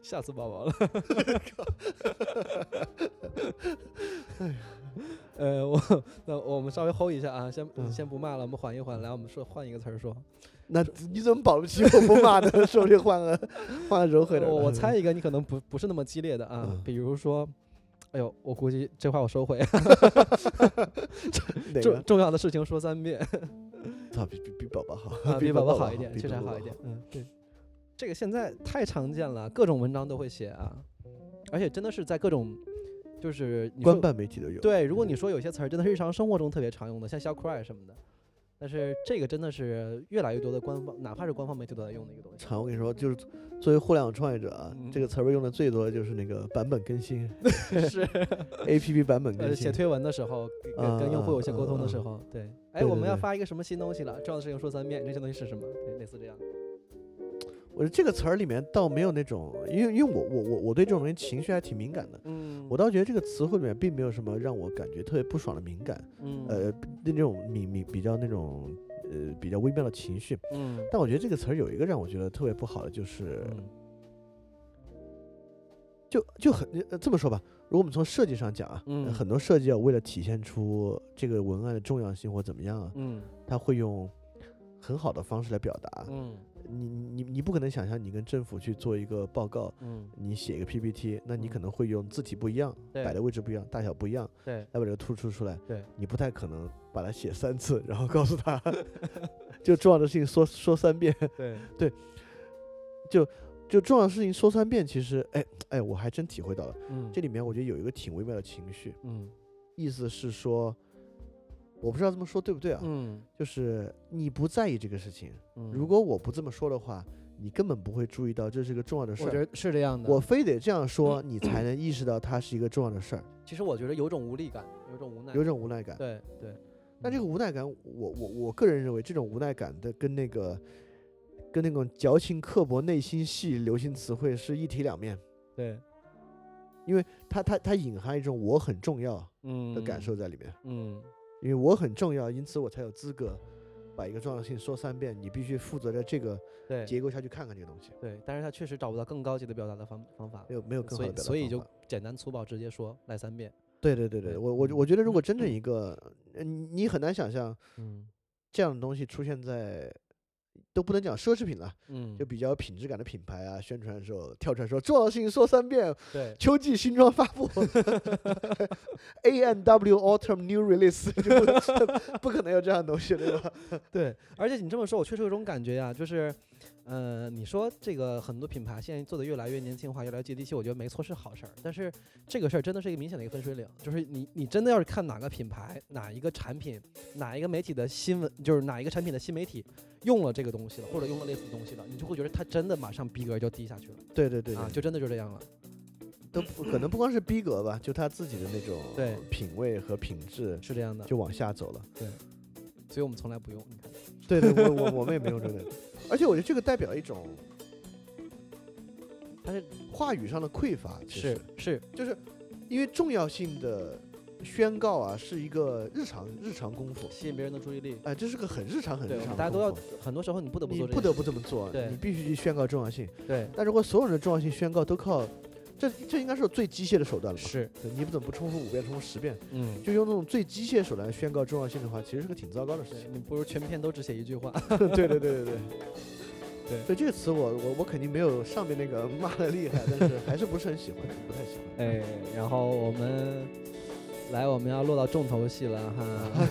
Speaker 4: 吓死宝宝了。 呃，我那我们稍微 hold 一下啊，先、
Speaker 3: 嗯
Speaker 4: 先不骂了，我们缓一缓，来，我们说换一个词儿说。
Speaker 3: 那你怎么保不齐我不骂呢？ 说不定换个换个柔和点儿
Speaker 4: 我
Speaker 3: 的。
Speaker 4: 我猜一个，你可能不不是那么激烈的啊，
Speaker 3: 嗯
Speaker 4: 比如说，哎呦，我估计这话我收回，
Speaker 3: 哪
Speaker 4: 重
Speaker 3: 个？
Speaker 4: 重要的事情说三遍，
Speaker 3: 操，比比比宝宝好，
Speaker 4: 啊、比
Speaker 3: 宝
Speaker 4: 宝宝
Speaker 3: 好
Speaker 4: 一点，
Speaker 3: 比
Speaker 4: 确实
Speaker 3: 宝
Speaker 4: 还
Speaker 3: 宝
Speaker 4: 好一点。。嗯，对，这个现在太常见了，各种文章都会写啊，而且真的是在各种，就是你说
Speaker 3: 官办媒体都有。
Speaker 4: 对，如果
Speaker 3: 嗯
Speaker 4: 你说有些词儿真的是日常生活中特别常用的，像小 cry 什么的，但是这个真的是越来越多的官方，哪怕是官方媒体都在用的一个 东西。
Speaker 3: 常，我跟你说，就是作为互联网创业者啊，
Speaker 4: 嗯
Speaker 3: 这个词儿被用的最多的就是那个版本 更新
Speaker 4: 是，
Speaker 3: ，APP 版本更
Speaker 4: 呃，写
Speaker 3: 新。
Speaker 4: 推文的时候，跟跟跟用户有些沟通的时候，对，哎，
Speaker 3: 嗯对
Speaker 4: 我
Speaker 3: 对
Speaker 4: 们要
Speaker 3: 对
Speaker 4: 发一个什么新东西了，重要的事情说三遍，这些东西是什么？对，类似这样。
Speaker 3: 我觉得这个词儿里面倒没有那种，因为因为我我我我对这种东西情绪还挺敏感的，
Speaker 4: 嗯
Speaker 3: 我倒觉得这个词汇里面并没有什么让我感觉特别不爽的敏感，
Speaker 4: 嗯
Speaker 3: 呃，那种敏敏比较那种呃比较微妙的情绪。
Speaker 4: 嗯
Speaker 3: 但我觉得这个词儿有一个让我觉得特别不好的，就是就就很呃这么说吧，如果我们从设计上讲啊，
Speaker 4: 嗯
Speaker 3: 呃很多设计啊，为了体现出这个文案的重要性或怎么样啊，
Speaker 4: 嗯
Speaker 3: 他会用很好的方式来表达。
Speaker 4: 嗯
Speaker 3: 你你你不可能想象你跟政府去做一个报告，
Speaker 4: 嗯，
Speaker 3: 你写一个 PPT，那你可
Speaker 4: 嗯
Speaker 3: 能会用字体不一样，
Speaker 4: 对
Speaker 3: 摆的位置不一样，大小不一样，
Speaker 4: 对
Speaker 3: 来把这个突出出来。
Speaker 4: 对，
Speaker 3: 你不太可能把它写三次，然后告诉他， 就重要的事情说说三遍，
Speaker 4: 对，
Speaker 3: 就重要的事情说三遍。其实，哎哎，我还真体会到了，
Speaker 4: 嗯
Speaker 3: 这里面我觉得有一个挺微妙的情绪，
Speaker 4: 嗯
Speaker 3: 意思是说，我不知道这么说对不对啊，
Speaker 4: 嗯
Speaker 3: 就是你不在意这个事情，
Speaker 4: 嗯，
Speaker 3: 如果我不这么说的话，你根本不会注意到这是个重要的事
Speaker 4: 我觉
Speaker 3: 儿。
Speaker 4: 得嗯是这样的，
Speaker 3: 我非得这样说，你才能意识到它是一个重要的事儿，
Speaker 4: 其实我觉得有种无力感，有种无奈
Speaker 3: 有，种无奈感。
Speaker 4: 对嗯对，
Speaker 3: 但这个无奈感，我我我个人认为，这种无奈感的跟那个跟那种矫情刻薄、内心戏流行词汇是一体两面。
Speaker 4: 对，
Speaker 3: 它它它隐含一种我很重要
Speaker 4: 嗯
Speaker 3: 的感受，在里面，
Speaker 4: 嗯
Speaker 3: 因为我很重要，因此我才有资格把一个重要性说三遍。你必须负责着这个
Speaker 4: 对
Speaker 3: 结构下去看看这个东西，
Speaker 4: 对，但是他确实找不到更高级的表达的方方法，
Speaker 3: 没有没有更好
Speaker 4: 所
Speaker 3: 的
Speaker 4: 以
Speaker 3: 表达
Speaker 4: 所以
Speaker 3: 方
Speaker 4: 就
Speaker 3: 法
Speaker 4: 简单粗暴直接说来三遍，
Speaker 3: 对对对对，
Speaker 4: 对
Speaker 3: 我我
Speaker 4: 嗯
Speaker 3: 我觉得如果真正一个，呃你你很难想象
Speaker 4: 嗯
Speaker 3: 这样的东西出现在，都不能讲奢侈品了，
Speaker 4: 嗯
Speaker 3: 就比较有品质感的品牌啊，宣传的时候跳出来说重要的事情说三遍，
Speaker 4: 对
Speaker 3: 秋季新装发 布，A N W Autumn New Release，就不 不可能有这样的东西对吧？
Speaker 4: 对，而且你这么说，我确实有种感觉呀、就是，呃，你说这个很多品牌现在做的越来越年轻化，越来越接地气，我觉得没错是好事儿，但是这个事儿真的是一个明显的一个分水岭，就是你你真的要是看哪个品牌、哪一个产品、哪一个媒体的新闻，就是哪一个产品的新媒体用了这个东西了，或者用了类似的东西了，你就会觉得它真的马上逼格就低下去了
Speaker 3: 对对对
Speaker 4: 啊，
Speaker 3: 对，
Speaker 4: 就真的就这样了。
Speaker 3: 都不可能不光是逼格吧，就他自己的那 种
Speaker 4: 对
Speaker 3: 品味和品质
Speaker 4: 是这样的，
Speaker 3: 就往下走了。
Speaker 4: 所以我们从来不用。你看，
Speaker 3: 对对，我我我们也没有这个， 而且我觉得这个代表一种，但是话语上的匮乏，其实
Speaker 4: 是，
Speaker 3: 就是因为重要性的宣告啊，是一个日常日常功夫，
Speaker 4: 吸引别人的注意力。
Speaker 3: 哎、这是个很日常很
Speaker 4: 对，
Speaker 3: 日
Speaker 4: 我们
Speaker 3: 常的功夫，
Speaker 4: 大家都要，很多时候你不得不
Speaker 3: 你
Speaker 4: 做这
Speaker 3: 不
Speaker 4: 个
Speaker 3: 得不这么做，
Speaker 4: 对
Speaker 3: 你必须去宣告重要性。
Speaker 4: 对，
Speaker 3: 但如果所有人的重要性宣告都靠，这这应该是最机械的手段了嘛？
Speaker 4: 是，
Speaker 3: 对你不怎么不重复五遍，重复十遍，
Speaker 4: 嗯，
Speaker 3: 就用那种最机械手段宣告重要性的话，其实是个挺糟糕的事
Speaker 4: 对
Speaker 3: 情。
Speaker 4: 你不如全篇都只写一句话。
Speaker 3: 对对对对对。
Speaker 4: 对
Speaker 3: 对这个词我我我肯定没有上面那个骂的厉害，但是还是不是很喜欢，不太喜欢。
Speaker 4: 哎，然后我们来，我们要落到重头戏了 哈。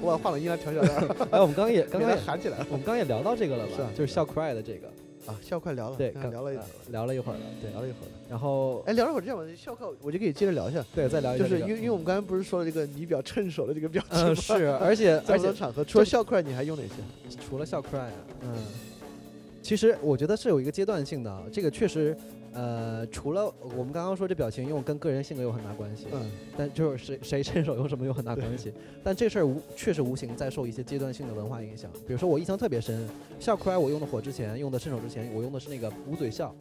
Speaker 3: 我把话筒音量调小点 儿，
Speaker 4: 哎，我们刚刚也刚
Speaker 3: 给
Speaker 4: 刚也
Speaker 3: 它喊起来了
Speaker 4: 我们刚刚也聊到这个了吧？
Speaker 3: 是啊
Speaker 4: 就是笑 cry 的这个，
Speaker 3: 啊！笑快聊了，
Speaker 4: 对，
Speaker 3: 刚
Speaker 4: 刚
Speaker 3: 聊了一会
Speaker 4: 啊
Speaker 3: 儿了，
Speaker 4: 聊了一会儿了，对
Speaker 3: 聊。了一会儿了。
Speaker 4: 然后
Speaker 3: 哎，聊了一会儿这样吧，笑快我就可以接着聊一下，
Speaker 4: 对，再聊一下
Speaker 3: 就
Speaker 4: 这个，
Speaker 3: 是因为因为我们刚才不是说了这个你比较趁手的这个表情
Speaker 4: 嗯
Speaker 3: 吗？
Speaker 4: 是，而且
Speaker 3: 在
Speaker 4: 而
Speaker 3: 很多
Speaker 4: 且
Speaker 3: 场合，除了笑快，你还用哪些？
Speaker 4: 除了笑 cry 啊，嗯，其实我觉得是有一个阶段性的啊，这个确实，呃，除了我们刚刚说这表情用跟个人性格有很大关系，
Speaker 3: 嗯，
Speaker 4: 但就是谁谁伸手用什么有很大关系。但这事儿无确实无形在受一些阶段性的文化影响。比如说我印象特别深，笑哭哀我用的火之前，用的伸手之前，我用的是那个捂嘴笑。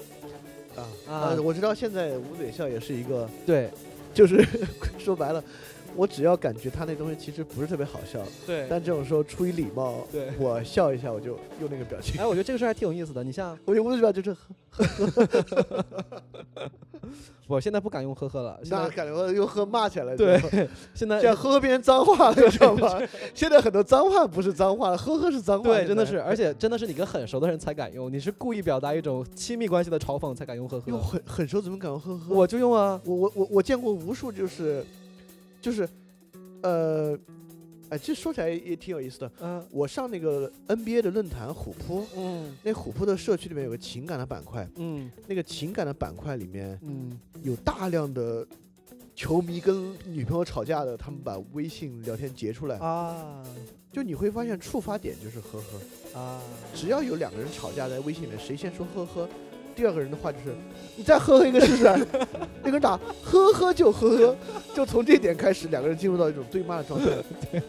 Speaker 3: 啊
Speaker 4: 啊
Speaker 3: 呃我知道现在捂嘴笑也是一个，
Speaker 4: 对
Speaker 3: 就是 说白了，我只要感觉他那东西其实不是特别好笑，
Speaker 4: 对
Speaker 3: 但这种时候出于礼貌，
Speaker 4: 对
Speaker 3: 我笑一下我就用那个表情
Speaker 4: 哎，，我觉得这个事儿还挺有意思的。你像
Speaker 3: 我用捂嘴笑 就是
Speaker 4: 我现在不敢用呵呵了，现
Speaker 3: 那
Speaker 4: 在
Speaker 3: 感觉又喝骂起来了，
Speaker 4: 对
Speaker 3: 你 知道吗，
Speaker 4: 现在
Speaker 3: 这样呵呵变成脏话了，你知道吗？现在很多脏话不是脏话了，呵呵是脏话，
Speaker 4: 对，真的
Speaker 3: 现在
Speaker 4: 是，而且真的是你跟很熟的人才敢用，你是故意表达一种亲密关系的嘲讽才敢用呵
Speaker 3: 又
Speaker 4: 呵。
Speaker 3: 很很熟，怎么敢用呵呵？
Speaker 4: 我就用啊，
Speaker 3: 我我我我见过无数就是，就是，呃，哎，这说起来也挺有意思的。
Speaker 4: 嗯、
Speaker 3: 我上那个 NBA 的论坛虎扑，
Speaker 4: 嗯
Speaker 3: 那虎扑的社区里面有个情感的板块，
Speaker 4: 嗯
Speaker 3: 那个情感的板块里面
Speaker 4: 嗯，
Speaker 3: 有大量的球迷跟女朋友吵架的，他们把微信聊天截出来，
Speaker 4: 啊
Speaker 3: 就你会发现触发点就是呵呵，
Speaker 4: 啊，
Speaker 3: 只要有两个人吵架在微信里面，谁先说呵呵。第二个人的话就是，你再呵呵一个试试，啊 那个人打呵呵就呵呵，就从这点开始，两个人进入到一种对骂的状态。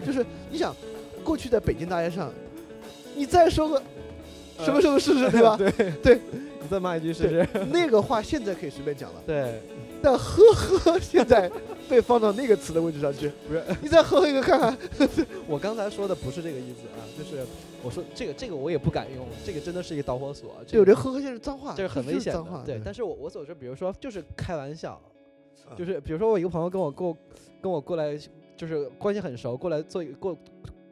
Speaker 3: 就是你想，过去在北京大街上，你再说个什么时候试试，呃 对吧？
Speaker 4: 你再骂一句试试。
Speaker 3: 那个话现在可以随便讲了，
Speaker 4: 对，
Speaker 3: 但呵呵现在被放到那个词的位置上去，
Speaker 4: 不是
Speaker 3: 你再呵呵一个看看。
Speaker 4: 我刚才说的不是这个意思啊，就是我说这个这个我也不敢用，这个真的是一个导火索，啊这
Speaker 3: 对，我
Speaker 4: 个
Speaker 3: 觉得呵呵现在是脏话，
Speaker 4: 这是很危险
Speaker 3: 脏话嗯
Speaker 4: 的。。对，但是我我所说，比如说就是开玩笑，
Speaker 3: 啊
Speaker 4: 就是比如说我一个朋友跟我过跟我过来，就是关系很熟，过来做一过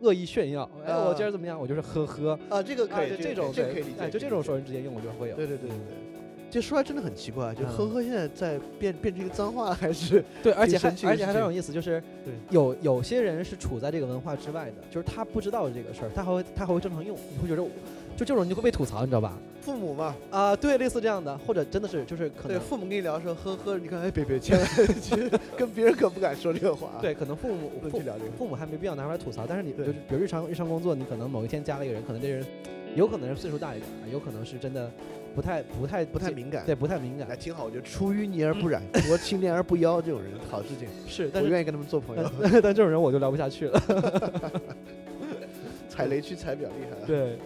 Speaker 4: 恶意炫耀，哎，我今儿怎么样？我就是呵呵，
Speaker 3: 啊，这个可
Speaker 4: 哎就
Speaker 3: 以，
Speaker 4: 这种
Speaker 3: 这个
Speaker 4: 对
Speaker 3: 可以理解，
Speaker 4: 哎，就这种熟人之间用我就会有。
Speaker 3: 对对对对对，这说来真的很奇怪，啊就
Speaker 4: 嗯
Speaker 3: 呵呵现在在变变成一个脏话，还是
Speaker 4: 对，而且
Speaker 3: 挺
Speaker 4: 还
Speaker 3: 神奇的
Speaker 4: 而且
Speaker 3: 事
Speaker 4: 还非
Speaker 3: 情
Speaker 4: 常有意思，就是
Speaker 3: 对
Speaker 4: 有有些人是处在这个文化之外的，就是他不知道这个事儿，他还会他还会正常用，你会觉得我就这种人就会被吐槽，你知道吧？
Speaker 3: 父母嘛？
Speaker 4: 啊、对，类似这样的，或者真的是就是可
Speaker 3: 对，
Speaker 4: 能
Speaker 3: 父母跟你聊说呵呵，你看，哎，别别，千万 其实跟别人可不敢说这个话，，
Speaker 4: 对，可能父母
Speaker 3: 不能
Speaker 4: 父
Speaker 3: 去聊这个。
Speaker 4: 父母还没必要拿出来吐槽，但是你就
Speaker 3: 对
Speaker 4: 是比如日常日常工作，你可能某一天加了一个人，可能这人有可能是岁数大一点儿，有可能是真的不太不太
Speaker 3: 不太
Speaker 4: 接
Speaker 3: 敏感，
Speaker 4: 对，不太敏
Speaker 3: 哎，
Speaker 4: 感，
Speaker 3: 挺好，我觉得出淤泥而不染，濯清涟而不妖，这种人好事 情，
Speaker 4: 是，
Speaker 3: 我
Speaker 4: 但是
Speaker 3: 愿意跟他们做朋友。
Speaker 4: 但但这种人我就聊不下去了。
Speaker 3: 踩雷区踩比较厉害啊。
Speaker 4: 对，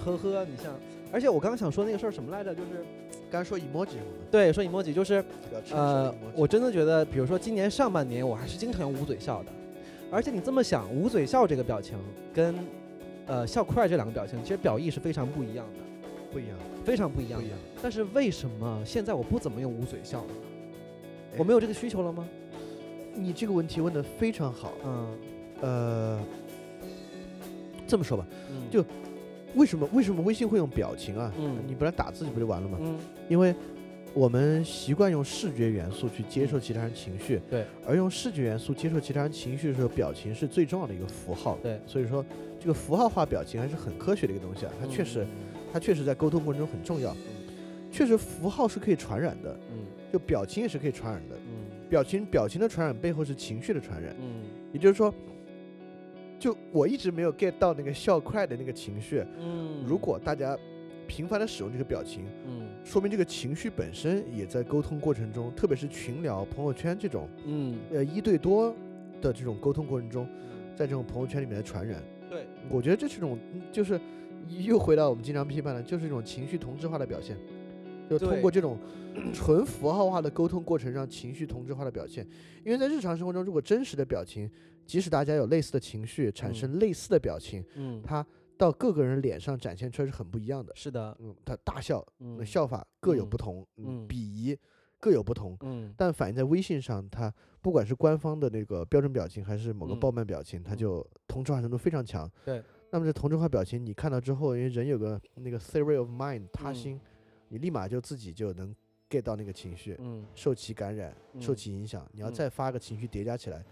Speaker 4: 呵呵，你像，而且我刚刚想说那个事儿什么来着，就是
Speaker 3: 刚才说 emoji 我们
Speaker 4: 对，说 emoji 就是
Speaker 3: 比较吃
Speaker 4: 呃，
Speaker 3: emoji，
Speaker 4: 我真的觉得，比如说今年上半年，我还是经常用捂嘴笑的。而且你这么想，捂嘴笑这个表情跟呃笑快这两个表情，其实表意是非常不一样的，
Speaker 3: 不一样，
Speaker 4: 非常不一样
Speaker 3: 不
Speaker 4: 的
Speaker 3: 一。样。
Speaker 4: 但是为什么现在我不怎么用捂嘴笑了呢？
Speaker 3: 哎
Speaker 4: 我没有这个需求了吗？
Speaker 3: 你这个问题问的非常好，
Speaker 4: 嗯，
Speaker 3: 呃，这么说吧，
Speaker 4: 嗯
Speaker 3: 就为什么为什么微信会用表情啊？
Speaker 4: 嗯
Speaker 3: 你不然打字不就完了吗？
Speaker 4: 嗯
Speaker 3: 因为我们习惯用视觉元素去接受其他人情绪，
Speaker 4: 嗯对，
Speaker 3: 而用视觉元素接受其他人情绪的时候，表情是最重要的一个符号，
Speaker 4: 对
Speaker 3: 所以说这个符号化表情还是很科学的一个东西
Speaker 4: 嗯
Speaker 3: 啊，它确实、它确实在沟通过程中很重要，确实符号是可以传染的，
Speaker 4: 嗯
Speaker 3: 就表情也是可以传染的，
Speaker 4: 嗯
Speaker 3: 表情表情的传染背后是情绪的传染，
Speaker 4: 嗯
Speaker 3: 也就是说。就我一直没有 get 到那个笑快的那个情绪，
Speaker 4: 嗯
Speaker 3: 如果大家频繁的使用这个表情，
Speaker 4: 嗯
Speaker 3: 说明这个情绪本身也在沟通过程中，特别是群聊、朋友圈这种
Speaker 4: 嗯
Speaker 3: 呃一对多的这种沟通过程中，在这种朋友圈里面的传染，
Speaker 4: 对，
Speaker 3: 我觉得这是一种嗯就是又回到我们经常批判的，就是一种情绪同质化的表现，就
Speaker 4: 对
Speaker 3: 通过这种纯符号化的沟通过程让情绪同质化的表现，因为在日常生活中，如果真实的表情，即使大家有类似的情绪，产生类似的表情，
Speaker 4: 嗯
Speaker 3: 它到各个人脸上展现出来是很不一样的。
Speaker 4: 是的，
Speaker 3: 嗯，它大笑，
Speaker 4: 嗯
Speaker 3: 那笑法各有
Speaker 4: 嗯
Speaker 3: 不同，
Speaker 4: 嗯
Speaker 3: 鄙夷各有不同。
Speaker 4: 嗯
Speaker 3: 但反映在微信上，它不管是官方的那个标准表情，还是某个
Speaker 4: 嗯
Speaker 3: 暴漫表情，它
Speaker 4: 嗯
Speaker 3: 就同质化程度非常强。
Speaker 4: 对。
Speaker 3: 那么这同质化表情，你看到之后，因为人有个那个 theory of mind 他
Speaker 4: 嗯
Speaker 3: 心，你立马就自己就能 get 到那个情绪，
Speaker 4: 嗯
Speaker 3: 受其感染，受
Speaker 4: 嗯
Speaker 3: 其影响。你要
Speaker 4: 嗯
Speaker 3: 再发个情绪叠加起来，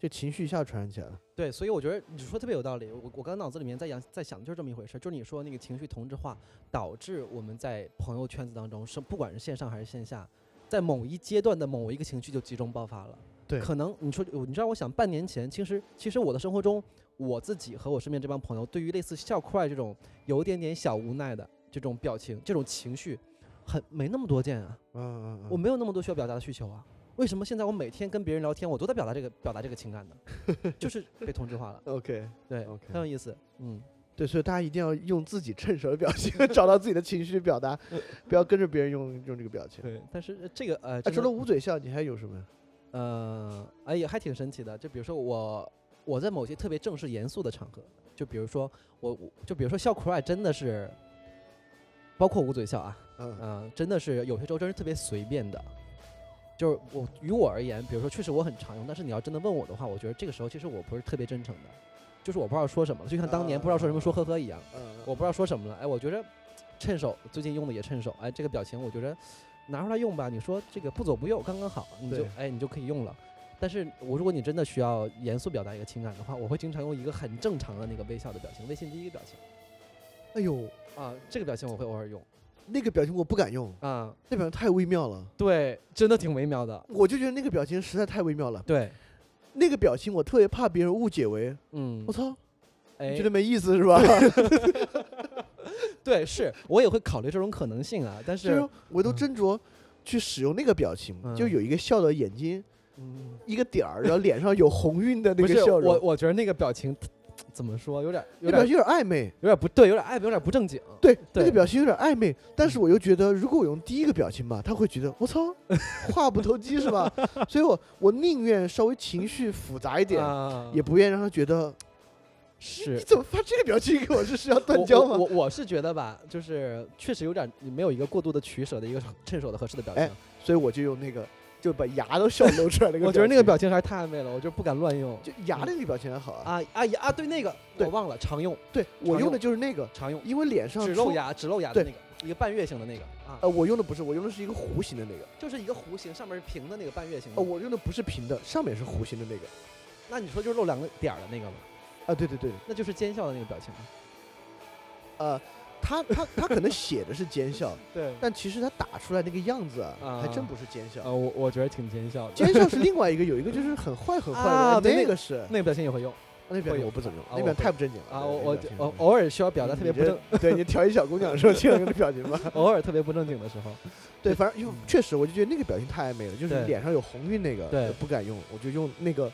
Speaker 3: 这情绪一下传染起来了。
Speaker 4: 对，所以我觉得你说得特别有道理。我我刚脑子里面在想在想的就是这么一回事儿，就是你说那个情绪同质化导致我们在朋友圈子当中，是不管是线上还是线下，在某一阶段的某一个情绪就集中爆发了。
Speaker 3: 对
Speaker 4: 可能你说你知道，我想半年前，其实其实我的生活中，我自己和我身边这帮朋友，对于类似笑快这种有一点点小无奈的，这种表情、这种情绪，很没那么多见啊。
Speaker 3: 嗯嗯，
Speaker 4: 我没有那么多需要表达的需求啊。为什么现在我每天跟别人聊天，我都在表达这个表达这个情感呢？ 就是被同质化了。
Speaker 3: OK，
Speaker 4: 对
Speaker 3: OK
Speaker 4: 很有意思。嗯，
Speaker 3: 对，所以大家一定要用自己趁手的表情 找到自己的情绪表达，
Speaker 4: 呃
Speaker 3: 不要跟着别人用用这个表情。
Speaker 4: 对。但是呃这个呃，
Speaker 3: 啊，
Speaker 4: 真
Speaker 3: 除
Speaker 4: 的
Speaker 3: 了捂嘴笑，你还有什么呀？
Speaker 4: 呃，哎也还挺神奇的。就比如说我，我在某些特别正式严肃的场合，就比如说我，我就比如说笑苦啊，真的是，包括捂嘴笑啊，
Speaker 3: 嗯
Speaker 4: 嗯、真的是有些时候真是特别随便的。就是我于我而言，比如说确实我很常用，但是你要真的问我的话，我觉得这个时候其实我不是特别真诚的，就是我不知道说什么了，就像当年不知道说什么说呵呵一样。
Speaker 3: 嗯，
Speaker 4: 我不知道说什么了。哎，我觉着趁手，最近用的也趁手。哎，这个表情我觉着拿出来用吧。你说这个不左不右刚刚好，你就
Speaker 3: 对
Speaker 4: 哎你就可以用了。但是我如果你真的需要严肃表达一个情感的话，我会经常用一个很正常的那个微笑的表情，微信第一个表情
Speaker 3: 哎呦，
Speaker 4: 啊，这个表情我会偶尔用
Speaker 3: 那个表情我不敢用，
Speaker 4: 啊，
Speaker 3: 那表情太微妙了，
Speaker 4: 对，真的挺微妙的，
Speaker 3: 我就觉得那个表情实在太微妙了。
Speaker 4: 对，
Speaker 3: 那个表情我特别怕别人误解为
Speaker 4: 嗯
Speaker 3: 我，操，
Speaker 4: 哎
Speaker 3: 你觉，得没意思是吧？
Speaker 4: 对，是我也会考虑这种可能性啊，但
Speaker 3: 就是是我都
Speaker 4: 嗯
Speaker 3: 斟酌去使用那个表情，就
Speaker 4: 嗯
Speaker 3: 有一个笑的眼睛
Speaker 4: 嗯，
Speaker 3: 一个点儿，然后脸上有红晕的
Speaker 4: 不
Speaker 3: 那个
Speaker 4: 是
Speaker 3: 笑
Speaker 4: 我，
Speaker 3: 容，
Speaker 4: 我觉得那个表情怎么说，有点有
Speaker 3: 那表
Speaker 4: 点
Speaker 3: 情有点暧昧。
Speaker 4: 有点不对，有点哎，有点不正经，
Speaker 3: 对，那
Speaker 4: 对嗯
Speaker 3: 个表情有点暧昧，但是我又觉得，如果我用第一个表情吧，他会觉得 我操，话不投机是吧？所以我我宁愿稍微情绪复杂一点，
Speaker 4: 啊
Speaker 3: 也不愿意让他觉得
Speaker 4: 是
Speaker 3: 你怎么发这个表情给我，这是要 断
Speaker 4: 我
Speaker 3: 交
Speaker 4: 我
Speaker 3: 吗？
Speaker 4: 我我是觉得吧，就是确实有点没有一个过度的取舍的一个 趁手的合适的表情。
Speaker 3: 哎所以我就用那个，就把牙都笑露出来那个。
Speaker 4: 我觉得那个表情还是太暧昧了，我就不敢乱用。
Speaker 3: 就牙的那个表情还好啊。
Speaker 4: 啊啊呀啊！对那个
Speaker 3: 对
Speaker 4: 我忘了，常用
Speaker 3: 对我
Speaker 4: 常
Speaker 3: 用
Speaker 4: 用
Speaker 3: 的就是那个，
Speaker 4: 常用，
Speaker 3: 因为脸上
Speaker 4: 只露
Speaker 3: 出。
Speaker 4: 牙只露牙的
Speaker 3: 对
Speaker 4: 那个，一个半月形的那个啊，
Speaker 3: 呃，我用的不是，我用的是一个弧形的那个。
Speaker 4: 就是一个弧形，上面是平的那个半月形的。
Speaker 3: 呃，我用的不是平的，上面是弧形的那个。
Speaker 4: 那你说就是露两个点儿的那个吗？
Speaker 3: 啊，对对对，
Speaker 4: 那就是奸笑的那个表情吗。
Speaker 3: 呃，他他他可能写的是奸笑，
Speaker 4: 对
Speaker 3: 但其实他打出来那个样子啊，
Speaker 4: 啊
Speaker 3: 还真不是奸笑。
Speaker 4: 呃，我我觉得挺奸笑的。
Speaker 3: 奸笑是另外一个，有一个就是很坏很坏的，
Speaker 4: 啊对
Speaker 3: 那
Speaker 4: 那
Speaker 3: 个是
Speaker 4: 那个表情也会用
Speaker 3: 那表
Speaker 4: 会
Speaker 3: 情
Speaker 4: 有
Speaker 3: 我不怎么用，
Speaker 4: 啊
Speaker 3: 那
Speaker 4: 我
Speaker 3: 表情
Speaker 4: 会
Speaker 3: 太不正经了
Speaker 4: 啊，我我
Speaker 3: 对那
Speaker 4: 我
Speaker 3: 表情嗯
Speaker 4: 偶尔需要表达特别不正，
Speaker 3: 你这对你调戏小姑娘 的时候经常用的表情吧。
Speaker 4: 偶尔特别不正经的时候。
Speaker 3: 对，反正就确实，我就觉得那个表情太暧昧了，就是
Speaker 4: 对
Speaker 3: 脸上有红晕那个，
Speaker 4: 对
Speaker 3: 我不敢用，我就用那个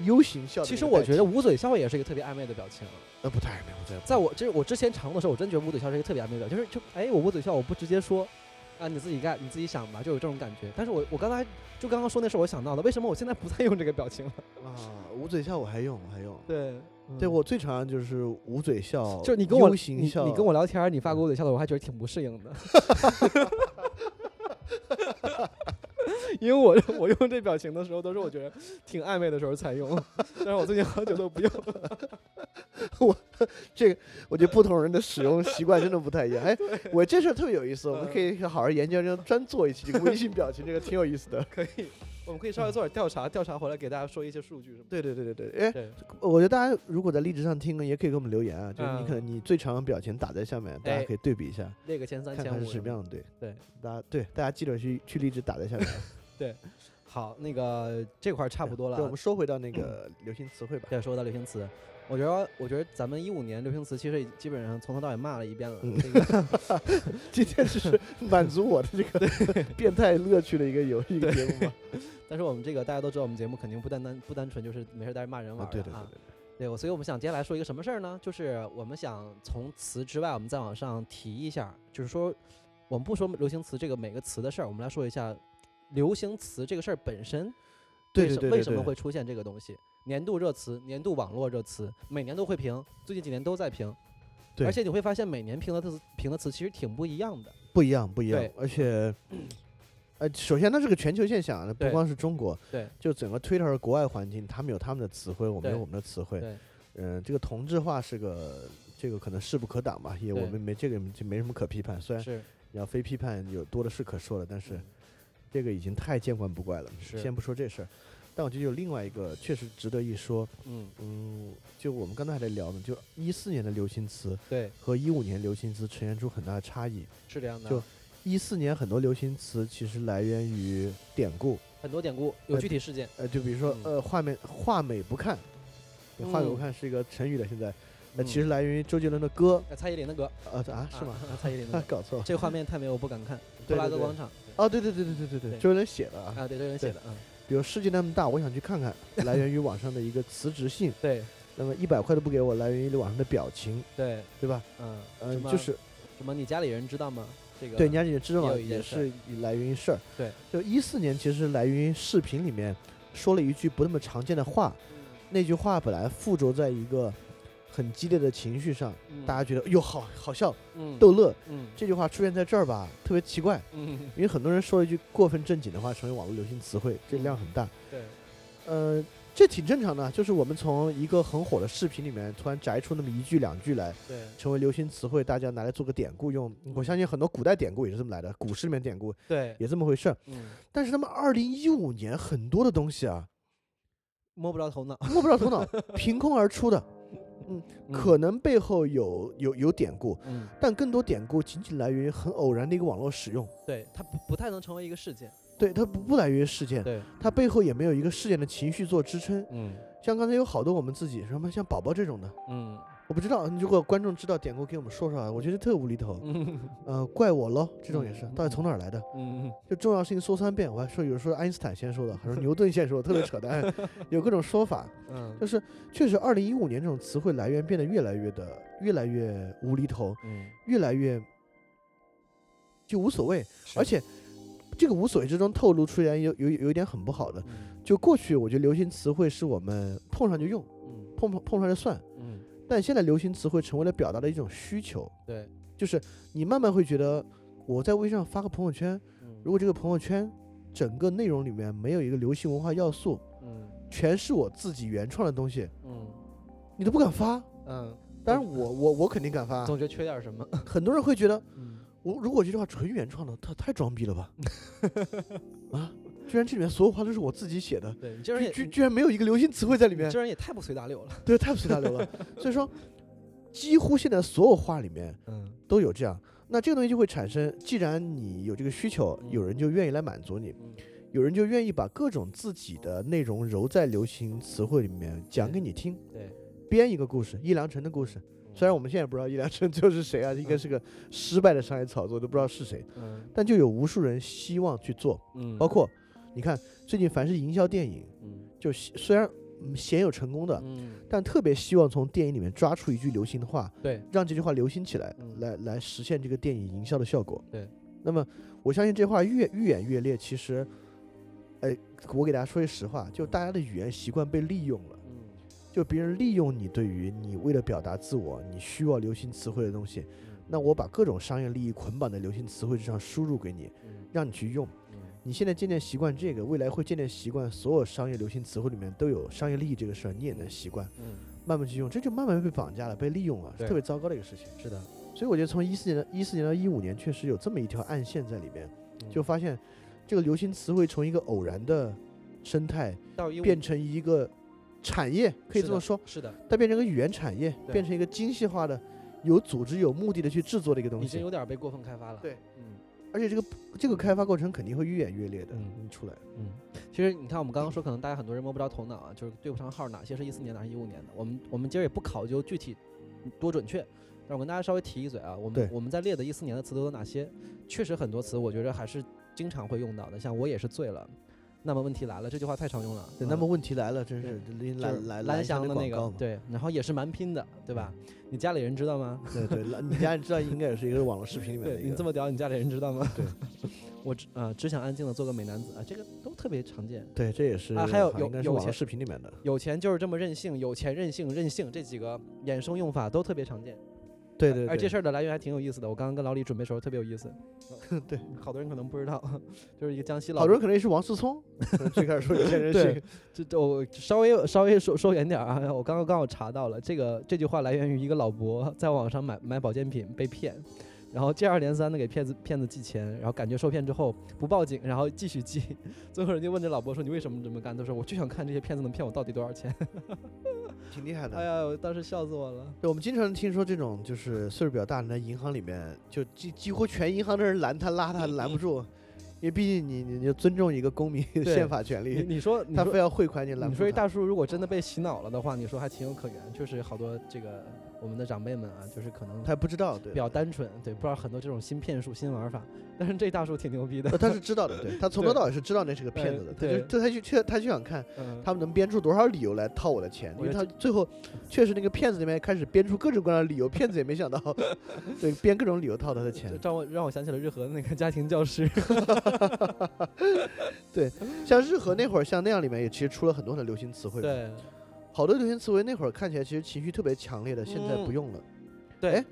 Speaker 3: U 型笑的那个代替。
Speaker 4: 其实我觉得捂嘴笑也是一个特别暧昧的表情。
Speaker 3: 呃不太暧昧，我觉得
Speaker 4: 在我这我之前常用的时候，我真觉得捂嘴笑是一个特别暧昧的表情，就是就哎，我捂嘴笑，我不直接说，啊，你自己干，你自己想吧，就有这种感觉。但是我我刚才就刚刚说那事儿，我想到了，为什么我现在不再用这个表情了？
Speaker 3: 啊，捂嘴笑我还用，我还用。
Speaker 4: 对，嗯
Speaker 3: 对我最常就是捂嘴笑，
Speaker 4: 就是你跟我
Speaker 3: U
Speaker 4: 你
Speaker 3: 型
Speaker 4: 你
Speaker 3: 笑，
Speaker 4: 跟我聊天儿，你发给我捂嘴笑的，我还觉得挺不适应的， 因为我我用这表情的时候，都是我觉得挺暧昧的时候才用， 但是我最近好久都不用了。
Speaker 3: 这个，我觉得不同人的使用习惯真的不太一样。哎，我这事儿特别有意思，我们
Speaker 4: 嗯
Speaker 3: 可以好好研究，这专做一期这个微信表情，这个挺有意思的。
Speaker 4: 可以，我们可以稍微做点调查，调查回来给大家说一些数据什么
Speaker 3: 对对对对对，哎
Speaker 4: 的。，对，
Speaker 3: 我觉得大家如果在荔枝上听，也可以给我们留言啊，就是你
Speaker 4: 嗯
Speaker 3: 可能你最长的表情打在下面，大家
Speaker 4: 哎
Speaker 3: 可以对比一下，
Speaker 4: 列个前三
Speaker 3: 看
Speaker 4: 前
Speaker 3: 看
Speaker 4: 五
Speaker 3: 是什么样的。对
Speaker 4: 对，
Speaker 3: 大家对大家记得去去荔枝打在 下面啊。
Speaker 4: 好，那个这块儿差不多了
Speaker 3: 对，我
Speaker 4: 啊
Speaker 3: 们。说回到那个流行词汇吧。
Speaker 4: 再说到流行词，我觉得我觉得咱们一五年流行词其实已基本上从头到尾骂了一遍了。
Speaker 3: 嗯
Speaker 4: 这个
Speaker 3: 今天就是 满足我的这个 变态乐趣的一个游一个节目嘛。
Speaker 4: 但是我们这个大家都知道，我们节目肯定不单单不单纯就是没事儿在这骂人玩
Speaker 3: 啊
Speaker 4: 儿
Speaker 3: 对
Speaker 4: 的
Speaker 3: 对对
Speaker 4: 啊。
Speaker 3: 对，
Speaker 4: 对，我所以我们想接下来说一个什么事儿呢？就是我们想从词之外，我们再往上提一下，就是说我们不说流行词这个每个词的事儿，我们来说一下流行词这个事儿本身为
Speaker 3: 对 对
Speaker 4: 什
Speaker 3: 对
Speaker 4: 为
Speaker 3: 对
Speaker 4: 什么
Speaker 3: 对
Speaker 4: 会出现这个东西？年度热词、年度网络热词，每年都会评，最近几年都在评。
Speaker 3: 对
Speaker 4: 而且你会发现每年评的词评的词其实挺不一样的。
Speaker 3: 不一样，不一样
Speaker 4: 对，
Speaker 3: 而且。 呃，首先它是个全球现象啊，那不
Speaker 4: 对
Speaker 3: 光是中国，
Speaker 4: 对，
Speaker 3: 就整个 Twitter 的国外环境，他们有他们的词汇，我们有
Speaker 4: 对
Speaker 3: 我们的词汇。
Speaker 4: 对
Speaker 3: 嗯、这个同质化是个，这个可能势不可挡吧，也我
Speaker 4: 对
Speaker 3: 们没这个就没什么可批判。虽然
Speaker 4: 是
Speaker 3: 你要非批判有多的是可说的，但是这个已经太见怪不怪了。
Speaker 4: 是
Speaker 3: 先不说这事儿，但我觉得有另外一个确实值得一说。
Speaker 4: 嗯，
Speaker 3: 嗯，就我们刚才还在聊呢，就一四年的流行词
Speaker 4: 对，
Speaker 3: 和一五年流行词呈现出很大的差异。
Speaker 4: 是这样的。啊
Speaker 3: 就一四年很多流行词其实来源于典故，
Speaker 4: 很多典故有
Speaker 3: 呃
Speaker 4: 具体事件，
Speaker 3: 呃，就比如说、
Speaker 4: 嗯
Speaker 3: 呃，画面画美不看，对画美不
Speaker 4: 嗯
Speaker 3: 看是一个成语了，现在那其实来源于周杰伦的歌，
Speaker 4: 呃蔡依林的歌
Speaker 3: 啊啊是吗？？
Speaker 4: 啊蔡依林的
Speaker 3: 啊
Speaker 4: 歌，
Speaker 3: 搞错了，
Speaker 4: 这个画面太美，我不敢看。布
Speaker 3: 对
Speaker 4: 拉
Speaker 3: 对
Speaker 4: 格
Speaker 3: 对
Speaker 4: 广场
Speaker 3: 哦对对对对对对对，
Speaker 4: 对
Speaker 3: 周杰伦写的啊，
Speaker 4: 啊，对，这人写的啊，
Speaker 3: 比如世界那么大，我想去 看看，来源于网上的一个辞职信，
Speaker 4: 嗯对
Speaker 3: 那么一百块都不给我，来源于网上的表情，
Speaker 4: 对，
Speaker 3: 对吧？
Speaker 4: 嗯，
Speaker 3: 嗯
Speaker 4: 什，么
Speaker 3: 就是
Speaker 4: 什么？你家里人知道吗？这个
Speaker 3: 对，人家也知道
Speaker 4: 有
Speaker 3: 嘛，
Speaker 4: 一件
Speaker 3: 也
Speaker 4: 事儿
Speaker 3: 是来源于事儿。
Speaker 4: 对，
Speaker 3: 就一四年，其实来源于视频里面说了一句不那么常见的话，
Speaker 4: 嗯
Speaker 3: 那句话本来附着在一个很激烈的情绪上，
Speaker 4: 嗯
Speaker 3: 大家觉得哟好好笑
Speaker 4: 嗯
Speaker 3: 逗乐，
Speaker 4: 嗯
Speaker 3: 这句话出现在这儿吧，特别奇怪，
Speaker 4: 嗯
Speaker 3: 因为很多人说了一句过分正经的话，成为网络流行词汇，这
Speaker 4: 嗯
Speaker 3: 量很大。
Speaker 4: 对
Speaker 3: 呃，这挺正常的，就是我们从一个很火的视频里面突然摘出那么一句两句来，
Speaker 4: 对
Speaker 3: 成为流行词汇，大家拿来做个典故用。我相信很多古代典故也是这么来的，古诗里面典故
Speaker 4: 对，
Speaker 3: 也这么回事儿。
Speaker 4: 嗯，
Speaker 3: 但是他们二零一五年很多的东西啊，
Speaker 4: 摸不着头脑，
Speaker 3: 摸不着头脑，凭空 而出的，可能背后有有有典故，
Speaker 4: 嗯，
Speaker 3: 但更多典故仅仅来源于很偶然的一个网络使用。
Speaker 4: 对，它不不太能成为一个事件，
Speaker 3: 对，它不不来源于事件，
Speaker 4: 对，
Speaker 3: 它背后也没有一个事件的情绪做支撑。
Speaker 4: 嗯
Speaker 3: 像刚才有好多我们自己什么像宝宝这种的，
Speaker 4: 嗯
Speaker 3: 我不知道，如果观众知道典故，给我们说说啊，我觉得特无厘头。
Speaker 4: 嗯
Speaker 3: 呃，怪我喽，这种也是
Speaker 4: 嗯，
Speaker 3: 到底从哪儿来的？
Speaker 4: 嗯
Speaker 3: 就重要事情说三遍，我还说有人说爱因斯坦先说的，还说牛顿先说的，特别扯淡， 有各种说法。
Speaker 4: 嗯
Speaker 3: 就是确实，二零一五年这种词汇来源变得越来越的越来越无厘头，
Speaker 4: 嗯，
Speaker 3: 越来越就无所谓，
Speaker 4: 是
Speaker 3: 而且这个无所谓之中透露出来有有有一点很不好的，
Speaker 4: 嗯
Speaker 3: 就过去我觉得流行词汇是我们碰上就用，
Speaker 4: 嗯
Speaker 3: 碰碰碰上就算，
Speaker 4: 嗯，
Speaker 3: 但现在流行词汇成为了表达的一种需求，
Speaker 4: 对，
Speaker 3: 就是你慢慢会觉得我在微信上发个朋友圈，
Speaker 4: 嗯
Speaker 3: 如果这个朋友圈整个内容里面没有一个流行文化要素，
Speaker 4: 嗯
Speaker 3: 全是我自己原创的东西，
Speaker 4: 嗯
Speaker 3: 你都不敢发。
Speaker 4: 嗯，
Speaker 3: 当然我，我我肯定敢发。
Speaker 4: 总觉得缺点什么，
Speaker 3: 很多人会觉得，
Speaker 4: 嗯
Speaker 3: 我如果这句话纯原创的，他太装逼了吧？啊，居然这里面所有话都是我自己写的，
Speaker 4: 对，你这人也
Speaker 3: 居居居然没有一个流行词汇在里
Speaker 4: 你
Speaker 3: 面，
Speaker 4: 这人也太不随大流了，
Speaker 3: 对，太不随大流 了。所以说，几乎现在所有话里面
Speaker 4: 嗯
Speaker 3: 都有这样。那这个东西就会产生，既然你有这个需求，
Speaker 4: 嗯
Speaker 3: 有人就愿意来满足你，
Speaker 4: 嗯
Speaker 3: 有人就愿意把各种自己的内容揉在流行词汇里面讲给你听，
Speaker 4: 对，嗯
Speaker 3: 编一个故事，易良辰的故事。虽然我们现在不知道易良辰就是谁 啊，应该是个失败的商业炒作，都不知道是谁，
Speaker 4: 嗯
Speaker 3: 但就有无数人希望去做。
Speaker 4: 嗯，
Speaker 3: 包括你看，最近凡是营销电影，
Speaker 4: 嗯
Speaker 3: 就希虽然嗯鲜有成功的，
Speaker 4: 嗯
Speaker 3: 但特别希望从电影里面抓出一句流行的话，
Speaker 4: 对，
Speaker 3: 让这句话流行起来，
Speaker 4: 嗯
Speaker 3: 来来实现这个电影营销的效果。
Speaker 4: 对，
Speaker 3: 那么我相信这话越越演越烈，其实，哎，我给大家说句实话，就大家的语言习惯被利用了，
Speaker 4: 嗯
Speaker 3: 就别人利用你对于你为了表达自我，你需要流行词汇的东西，
Speaker 4: 嗯
Speaker 3: 那我把各种商业利益捆绑在流行词汇之上输入给你，
Speaker 4: 嗯
Speaker 3: 让你去用。
Speaker 4: 嗯
Speaker 3: 你现在渐渐习惯这个，未来会渐渐习惯所有商业流行词汇里面都有商业利益这个事儿，你也能习惯，
Speaker 4: 嗯，
Speaker 3: 慢慢去用，这就慢慢被绑架了，被利用了，是
Speaker 4: 对
Speaker 3: 特别糟糕的一个事情。
Speaker 4: 是的，
Speaker 3: 所以我觉得从一四年、一四年到一五年，确实有这么一条暗线在里面，
Speaker 4: 嗯
Speaker 3: 就发现这个流行词汇从一个偶然的生态
Speaker 4: 到一五
Speaker 3: 变成一个产业，可以
Speaker 4: 是
Speaker 3: 这么
Speaker 4: 的
Speaker 3: 说，
Speaker 4: 是的，
Speaker 3: 它变成一个语言产业，
Speaker 4: 对
Speaker 3: 变成一个精细化的、有组织、有目的的去制作的一个东
Speaker 4: 已经
Speaker 3: 西。
Speaker 4: 有点被过分开发了，
Speaker 3: 对，
Speaker 4: 嗯
Speaker 3: 而且这个这个开发过程肯定会越演越烈的，
Speaker 4: 嗯
Speaker 3: 嗯，出来。
Speaker 4: 嗯，其实你看，我们刚刚说，可能大家很多人摸不着头脑啊，就是对不上号，哪些是一四年，哪是一五年的。我们我们今儿也不考究具体多准确，但我跟大家稍微提一嘴啊，我们
Speaker 3: 对
Speaker 4: 我们在列的一四年的词都有哪些？确实很多词，我觉得还是经常会用到的，像我也是醉了。那么问题来了，这句话太常用了。
Speaker 3: 对，
Speaker 4: 嗯
Speaker 3: 那么问题来了，真
Speaker 4: 对
Speaker 3: 是林
Speaker 4: 就是
Speaker 3: 兰兰
Speaker 4: 蓝
Speaker 3: 兰
Speaker 4: 翔
Speaker 3: 的
Speaker 4: 的那个
Speaker 3: 广告，嘛
Speaker 4: 对，然后也是蛮拼的，对吧？你家里人知道吗？
Speaker 3: 对对，蓝你家人知道应该也是一个网络视频里面的
Speaker 4: 对
Speaker 3: 一
Speaker 4: 你这
Speaker 3: 个。
Speaker 4: 么屌，你家里人知道吗？
Speaker 3: 对，
Speaker 4: 我只啊、只想安静的做个美男子啊，这个都特别常见。
Speaker 3: 对，这也是
Speaker 4: 啊还有
Speaker 3: 好
Speaker 4: 有
Speaker 3: 应该是
Speaker 4: 有
Speaker 3: 网络
Speaker 4: 钱
Speaker 3: 视频里面的。
Speaker 4: 有钱就是这么任性，有钱任性任性这几个衍生用法都特别常见。
Speaker 3: 对对，
Speaker 4: 而
Speaker 3: 对
Speaker 4: 这事儿的来源还挺有意思的，我刚刚跟老李准备的时候特别有意思。
Speaker 3: 对，
Speaker 4: 好多人可能不知道， 就是一个江西老
Speaker 3: 好多人可能也是王思 聪，可能嗯最开始说有 些人
Speaker 4: 对
Speaker 3: 是，
Speaker 4: 这这我稍微稍微说说远点儿啊，我刚刚刚好查到了这个这句话来源于一个老伯在网上买买保健品被骗，然后接二连三的给骗子骗子寄钱，然后感觉受骗之后不报警，然后继续寄， 最后人家问这老伯说你为什么这么干？他说我就想看这些骗子能骗我到底多少钱。
Speaker 3: 挺厉害
Speaker 4: 哎
Speaker 3: 的。
Speaker 4: 呀，我当时笑死我了。
Speaker 3: 对，我们经常听说这种就是岁数比较大的人在银行里面，就几几乎全银行的人拦他拉他拦不住，因为毕竟你你你就尊重一个公民的
Speaker 4: 对
Speaker 3: 宪法权
Speaker 4: 你
Speaker 3: 利，
Speaker 4: 你说你
Speaker 3: 他
Speaker 4: 说
Speaker 3: 非要汇款你拦
Speaker 4: 你
Speaker 3: 不
Speaker 4: 说这
Speaker 3: 住他。
Speaker 4: 大叔如果真的被洗脑了的话，你说还情有可原，确实好多这个我们的长辈们啊，就是可能
Speaker 3: 他还不知道，对
Speaker 4: 比，较单纯，对，不知道很多这种新骗术、新玩法，但是这大叔挺牛逼的
Speaker 3: 呃，他是知道的，对他哎从头到尾是知道那是个骗子的，他
Speaker 4: 对
Speaker 3: 就他他就去他就想看
Speaker 4: 嗯，
Speaker 3: 呃他们能编出多少理由来套我的钱，因
Speaker 4: 我
Speaker 3: 为
Speaker 4: 觉
Speaker 3: 他
Speaker 4: 得
Speaker 3: 最后确实那个骗子那边开始编出各种各样的理由，骗子也没想到， 对，编各种理由套他的钱
Speaker 4: 这。让我让我想起了日和的那个家庭教师，
Speaker 3: 像日和那会儿，像那样里面也其实出了很多很多流行词汇，，
Speaker 4: 对
Speaker 3: 好多流行词汇那会儿看起来其实情绪特别强烈的，现在
Speaker 4: 嗯
Speaker 3: 不用了。
Speaker 4: 对，